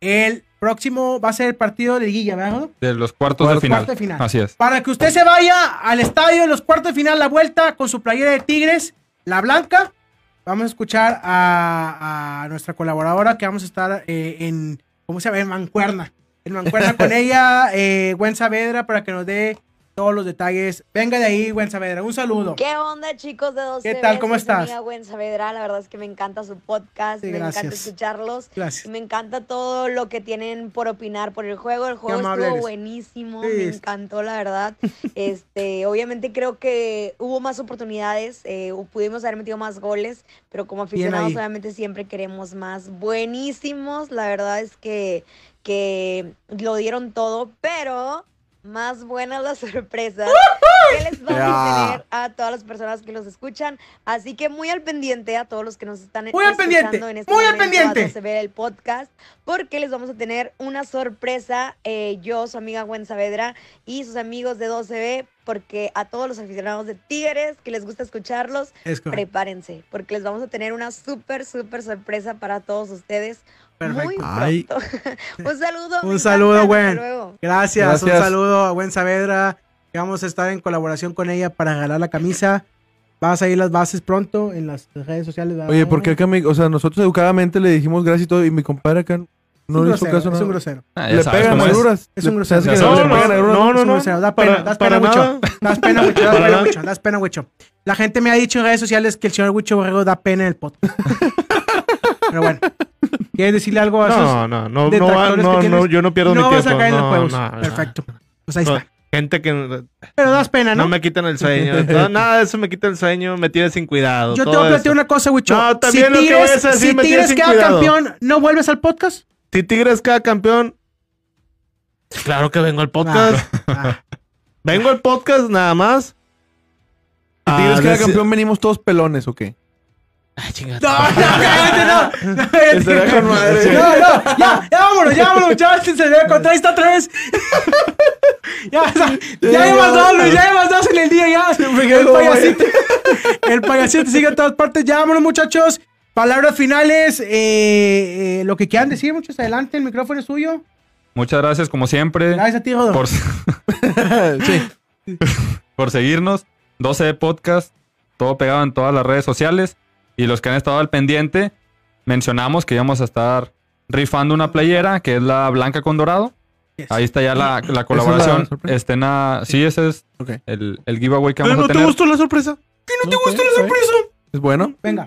El próximo va a ser el partido de liguilla, ¿verdad? Rodo?
De los cuartos
Cuarto-
de final.
cuarto de final.
Así es.
Para que usted se vaya al estadio en los cuartos de final, la vuelta con su playera de Tigres, la blanca. Vamos a escuchar a, a nuestra colaboradora que vamos a estar eh, en, ¿cómo se llama? En Mancuerna. En Mancuerna con ella, eh, Gwen Saavedra, para que nos dé todos los detalles. Venga de ahí, Gwen Saavedra. Un saludo.
¿Qué onda, chicos de 12
¿Qué tal? ¿Cómo
veces? Mi
estás?
amiga Gwen Saavedra, la verdad es que me encanta su podcast,
Sí,
me encanta
gracias.
escucharlos. y
Gracias.
Me encanta todo lo que tienen por opinar por el juego. El juego
amable
estuvo
eres.
buenísimo,
Sí,
me
es-
encantó, la verdad. Este, obviamente creo que hubo más oportunidades, eh, pudimos haber metido más goles, pero como
Bien
aficionados
ahí.
obviamente siempre queremos más. Buenísimos, la verdad es que, que lo dieron todo, pero más buenas las sorpresas que les vamos a
Ya.
tener a todas las personas que los escuchan. Así que muy al pendiente a todos los que nos están este
Muy al pendiente, muy al pendiente.
Se ve el podcast porque les vamos a tener una sorpresa. eh, yo, su amiga Gwen Saavedra y sus amigos de 12B, porque a todos los aficionados de Tigres que les gusta escucharlos,
Es correcto.
prepárense, porque les vamos a tener una súper, súper sorpresa para todos ustedes. Muy
Perfecto.
Ay.
pronto. Un saludo.
Un
me
saludo,
encantan,
Gwen.
Hasta luego.
Gracias. Un
Gracias.
saludo a Gwen Saavedra. que Vamos a estar en colaboración con ella para regalar la camisa. Vas a ir las bases pronto en las redes sociales. ¿verdad?
Oye, ¿por qué acá mi- O sea, nosotros educadamente le dijimos gracias y todo, y mi compadre acá
Es
no
un
le hizo
grosero,
caso
Es
nada.
un grosero.
Ah, ya
Le
sabes
pegan
cómo es.
agruras.
Es un
Le- se hace
grosero.
que
No,
le
no,
pegan agruras,
no,
Es
no,
un
no.
grosero, Da
Para-
pena, das
para
pena,
nada.
Wicho. Das pena, Wicho. Das
Para
pena,
nada.
Wicho. Das pena, Wicho. La gente me ha dicho en redes sociales que el señor Wicho Borrego da pena en el podcast. Pero bueno. ¿Quieres decirle algo a esos?
No, no, no, no, va-
detractores que
no,
tienes?
no, yo no pierdo mi
No vas
tiempo.
a caer en los
no,
juegos.
no, no.
Perfecto. Pues ahí
No,
está.
Gente que no,
Pero das pena, ¿no?
me quitan el sueño. No, nada de eso me quita el sueño, me tiene sin cuidado.
Yo te
todo
voy a
eso.
plantear una cosa, Wicho.
No, también
si
lo que
Tigres,
vayas a decir
si
me tienes
Tigres
sin
queda
cuidado.
campeón, ¿no vuelves al podcast?
Si Tigres queda campeón, claro que vengo al podcast.
Ah,
Vengo al podcast nada más.
Si Tigres
Ah,
queda
deci-
campeón, venimos todos pelones, ¿o qué?
Ay, chingada.
ah. No, no, cállate, no. No, cállate.
Estaría con madre.
No, no, ya, ya vámonos, ya vámonos, ya se se ve contra esta otra vez. ya, o sea, ya llevas dos, Luis, ya llevas dos en el día, ya. El
como
payasito, el payasito sigue en todas partes. Ya vámonos, muchachos. Palabras finales, eh, eh, lo que quieran decir, muchachos, adelante, el micrófono es suyo.
Muchas gracias, como siempre,
Gracias a ti, Rodo.
por, por seguirnos. 12 de podcast, todo pegado en todas las redes sociales. Y los que han estado al pendiente, mencionamos que íbamos a estar rifando una playera, que es la blanca con dorado.
Yes.
Ahí está ya la, la
la
colaboración.
sorpresa?
Estén a- sí, ese es
Ok.
el, el giveaway que vamos a tener.
la sorpresa? ¿Qué no te gustó la sorpresa? ¿Es bueno?
Venga.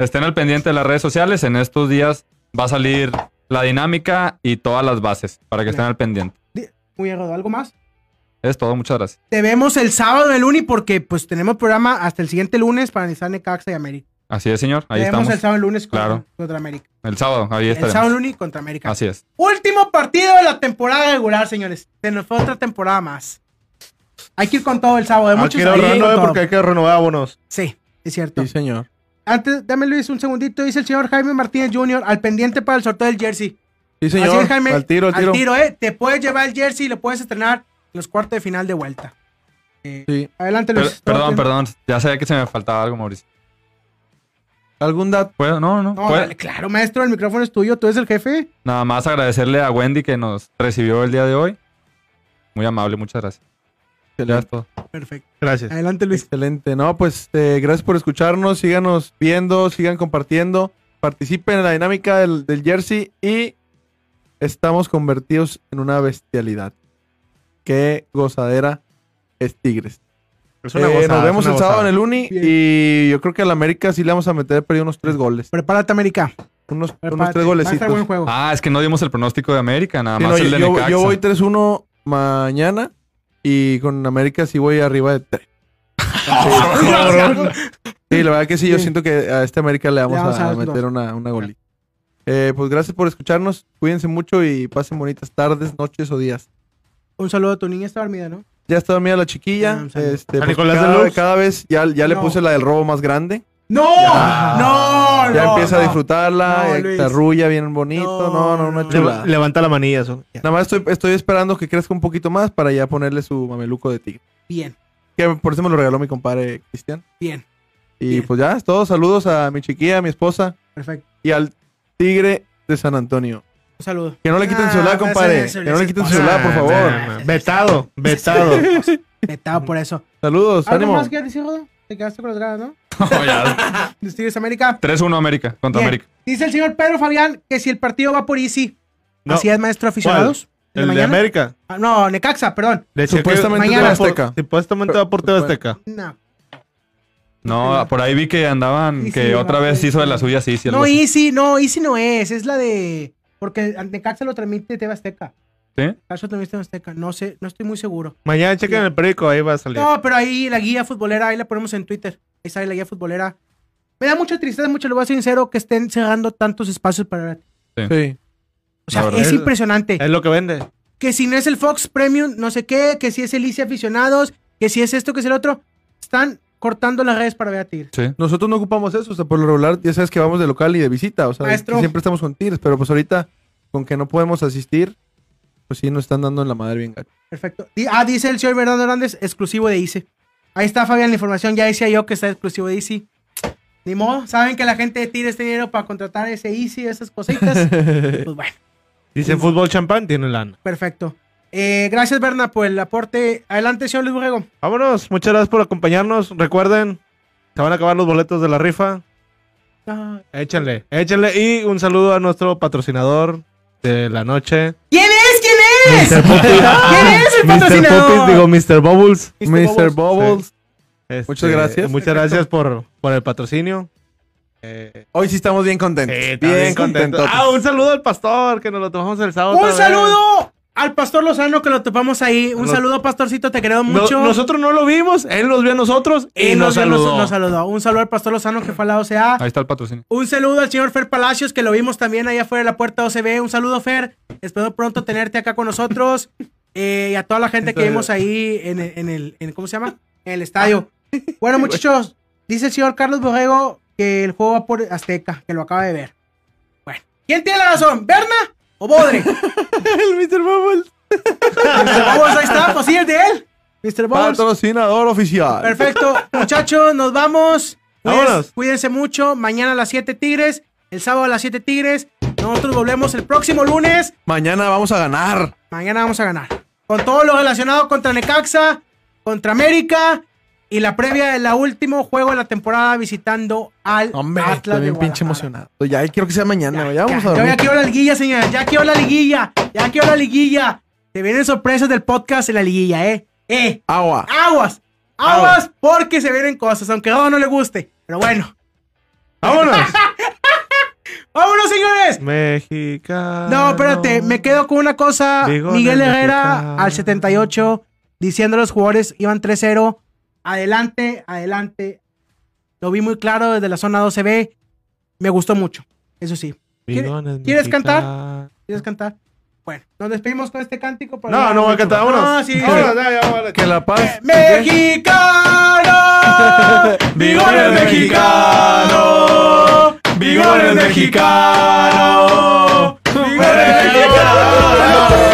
Estén al pendiente de las redes sociales. En estos días va a salir la dinámica y todas las bases para que estén al pendiente.
Muy bien, Rodo, ¿algo más?
Es todo, muchas gracias.
Te vemos el sábado en el Uni porque pues tenemos programa hasta el siguiente lunes para analizar Necaxa y América.
Así es, señor. Ahí
Te vemos
estamos.
el sábado en el lunes contra,
Claro.
contra América.
El sábado, ahí
El
estaremos.
sábado en el Uni contra América.
Así es.
Último partido de la temporada regular, señores. Se nos fue otra temporada más. Hay que ir con todo el sábado. Hay
Hay
muchos
que ir
ahí
ahorrando,
con
eh,
todo.
porque hay que renovar bonos.
Sí, es cierto.
Sí, señor.
Antes, dame Luis un segundito. Dice el señor Jaime Martínez Jr. al pendiente para el sorteo del jersey.
Sí, señor.
Así es, Jaime.
Al tiro, al tiro.
eh. Te puedes llevar el jersey y lo puedes estrenar en los cuartos de final de vuelta. Eh,
Sí.
Adelante,
Per-
Luis.
perdón, perdón. Ya sabía que se me faltaba algo, Mauricio.
¿Algún dato?
¿Puedo? No, no.
No,
¿puedo?
Pues-
dale, claro, maestro, el micrófono es tuyo. Tú eres el jefe.
Nada más agradecerle a Wendy que nos recibió el día de hoy. Muy amable, muchas gracias. Ya es todo.
Perfecto.
Gracias.
Adelante, Luis.
Excelente. No, pues eh, gracias por escucharnos. Síganos viendo, sigan compartiendo. Participen en la dinámica del, del jersey y estamos convertidos en una bestialidad. Qué gozadera es Tigres.
Es
Eh,
gozada,
nos
es
vemos
una
el sábado en
gozada.
el Uni
Bien.
y yo creo que al América sí le vamos a meter perdido unos tres goles.
Prepárate, América.
Unos, unos
Prepárate.
tres
Va a estar buen
golecitos.
juego.
Ah, es que no dimos el pronóstico de América, nada
Sí,
más
no,
el
yo,
de
yo-
Necaxa.
yo voy 3-1 mañana y con América sí voy arriba de 3. Sí, la verdad que sí, yo
Sí.
siento que a este América le vamos,
vamos
a,
a dar
meter una, una golita. Eh, pues gracias por escucharnos, cuídense mucho y pasen bonitas tardes, noches o días.
Un saludo a tu niña, está dormida, ¿no?
Ya está dormida la chiquilla.
Ah, un saludo.
este,
¿A
pues,
Nicolás de
cada,
Luz?
cada vez ya, ya le
No.
puse la del robo más grande.
¡No!
Ya.
¡No!
ya
no,
empieza a
no.
disfrutarla,
No,
ya
Luis.
te arrulla bien bonito.
No,
No, no, una
no.
chulada.
Levanta la manilla, eso. Ya.
Nada más estoy, estoy esperando que crezca un poquito más para ya ponerle su mameluco de tigre.
Bien,
Que por eso me lo regaló mi compadre Cristian.
bien.
Y
Bien.
pues ya, es todo. Saludos a mi chiquilla, a mi esposa
Perfecto.
y al tigre de San Antonio.
Un saludo.
Que no le quiten
Ah,
su celular,
pero
compadre.
ese- ese-
que no le
ese-
quiten su
o sea,
celular, por
nah,
favor.
nah, nah.
Vetado, vetado.
Vetado por eso.
Saludos,
¿Algo
ánimo.
Ah, más que decir, Rodo? Te quedaste con las ganas, ¿no?
No, ya.
De Tigres América.
3-1 América contra
Bien.
América.
Dice el señor Pedro Fabián que si el partido va por Easy.
No.
Así es, maestro aficionados. ¿El de
El de
mañana?
América.
Ah, no, Necaxa, perdón.
Decía que
Supuestamente
Mañana.
va
va por-
Azteca.
Supuestamente va por TV Azteca.
No,
No, por ahí vi que andaban,
Sí,
que
sí,
otra
va,
vez
sí,
hizo de
sí.
la suya, sí, sí. algo
no
así.
Easy, no, Easy no es. Es la de. Porque al Necaxa lo transmite TV Azteca.
¿Sí?
Caso también está en Azteca. No sé, no estoy muy seguro.
Mañana chequen el periódico, ahí va a salir.
No, pero ahí la guía futbolera, ahí la ponemos en Twitter. Ahí sale la guía futbolera. Me da mucha tristeza, mucho, le voy a ser sincero, que estén cerrando tantos espacios para.
Sí.
O sea,
La verdad.
es impresionante.
Es lo que vende.
que si no es el Fox Premium, no sé qué, que si es el Easy Aficionados, que si es esto, que es el otro, están cortando las redes para ver a Tigres.
Sí.
Nosotros no ocupamos eso, o sea, por lo regular, ya sabes que vamos de local y de visita, o sea,
Maestro.
que siempre estamos con Tigres, pero pues ahorita, con que no podemos asistir, pues sí nos están dando en la madre bien gacho.
Perfecto. Di- Ah, dice el señor Bernardo Hernández, exclusivo de Easy. Ahí está, Fabián, la información. Ya decía yo que está exclusivo de Easy. Ni modo, saben que la gente de Tigres tiene dinero para contratar ese Easy, esas cositas. pues bueno.
Dicen fútbol champán, tiene lana.
Perfecto. Eh, gracias, Berna, por el aporte. Adelante, señor Luis Borrego.
Vámonos, muchas gracias por acompañarnos. Recuerden, se van a acabar los boletos de la rifa.
Ah,
Échenle, échenle. Y un saludo a nuestro patrocinador de la noche.
¿Quién es? ¿Quién es? ¿Quién es el
Mr. Popis,
patrocinador?
digo Mr. Bubbles.
Mr. Bubbles.
Este,
Muchas gracias.
Muchas gracias por, por el patrocinio. Eh,
Hoy sí estamos bien contentos.
sí, está bien contento. Ah, un saludo al pastor que nos lo tomamos el sábado.
Un
otra vez.
saludo al pastor Lozano que lo topamos ahí. Un
Nos-
saludo, pastorcito, te queremos
No-
mucho.
nosotros no lo vimos, él nos vio a nosotros
Y
y, nos,
nos, nos-
saludó.
nos saludó. Un saludo al pastor Lozano que fue a la OCA.
Ahí está el patrocinio.
Un saludo al señor Fer Palacios que lo vimos también allá afuera de la puerta OCB. Un saludo, Fer. Espero pronto tenerte acá con nosotros. Eh, y a toda la gente que vimos ahí en el, en el- en- ¿cómo se llama? En el estadio. Bueno, muchachos, dice el señor Carlos Borrego que el juego va por Azteca, que lo acaba de ver. Bueno, ¿quién tiene la razón? ¿Berna o Bodre?
el Mr. Bubbles.
Mr. Bowles, ahí está, pues sí, es de él. Mr. Bowles.
Patrocinador oficial.
Ah, Perfecto, muchachos, nos vamos. Cuídense,
Vámonos.
cuídense mucho. Mañana a las 7 Tigres, el sábado a las 7 Tigres. Nosotros volvemos el próximo lunes.
Mañana vamos a ganar.
Mañana vamos a ganar. Con todo lo relacionado contra Necaxa, contra América y la previa del último juego de la temporada visitando al
Hombre,
Atlas
estoy
de
bien pinche
Guadalajara.
emocionado. Ya quiero que sea mañana, ya, vamos a
Yo ya
dormir.
quiero la liguilla, señores. Ya quiero la liguilla. Ya quiero la liguilla. Te vienen sorpresas del podcast en la liguilla, ¿eh? ¿Eh?
Agua.
aguas, aguas porque se vienen cosas, aunque a Rodo no le guste. Pero bueno,
¡Vámonos!
vámonos, señores.
Mexicano.
No, espérate, me quedo con una cosa.
Ah, Digo,
Miguel
no,
Herrera
mexicano.
al 78 diciendo a los jugadores iban 3-0. Adelante, adelante. Lo vi muy claro desde la zona 12B. Me gustó mucho. Eso sí.
Bigones
¿Quieres cantar?
mexicanos.
¿Quieres cantar? Bueno, nos despedimos con este cántico. pero
No,
ya
no voy a cantar, vámonos.
No, Ah, sí.
Vámonos, ya, ya, vámonos.
Que la paz.
¡Mexicano!
Vigores mexicano, vigores mexicano, vigores mexicano.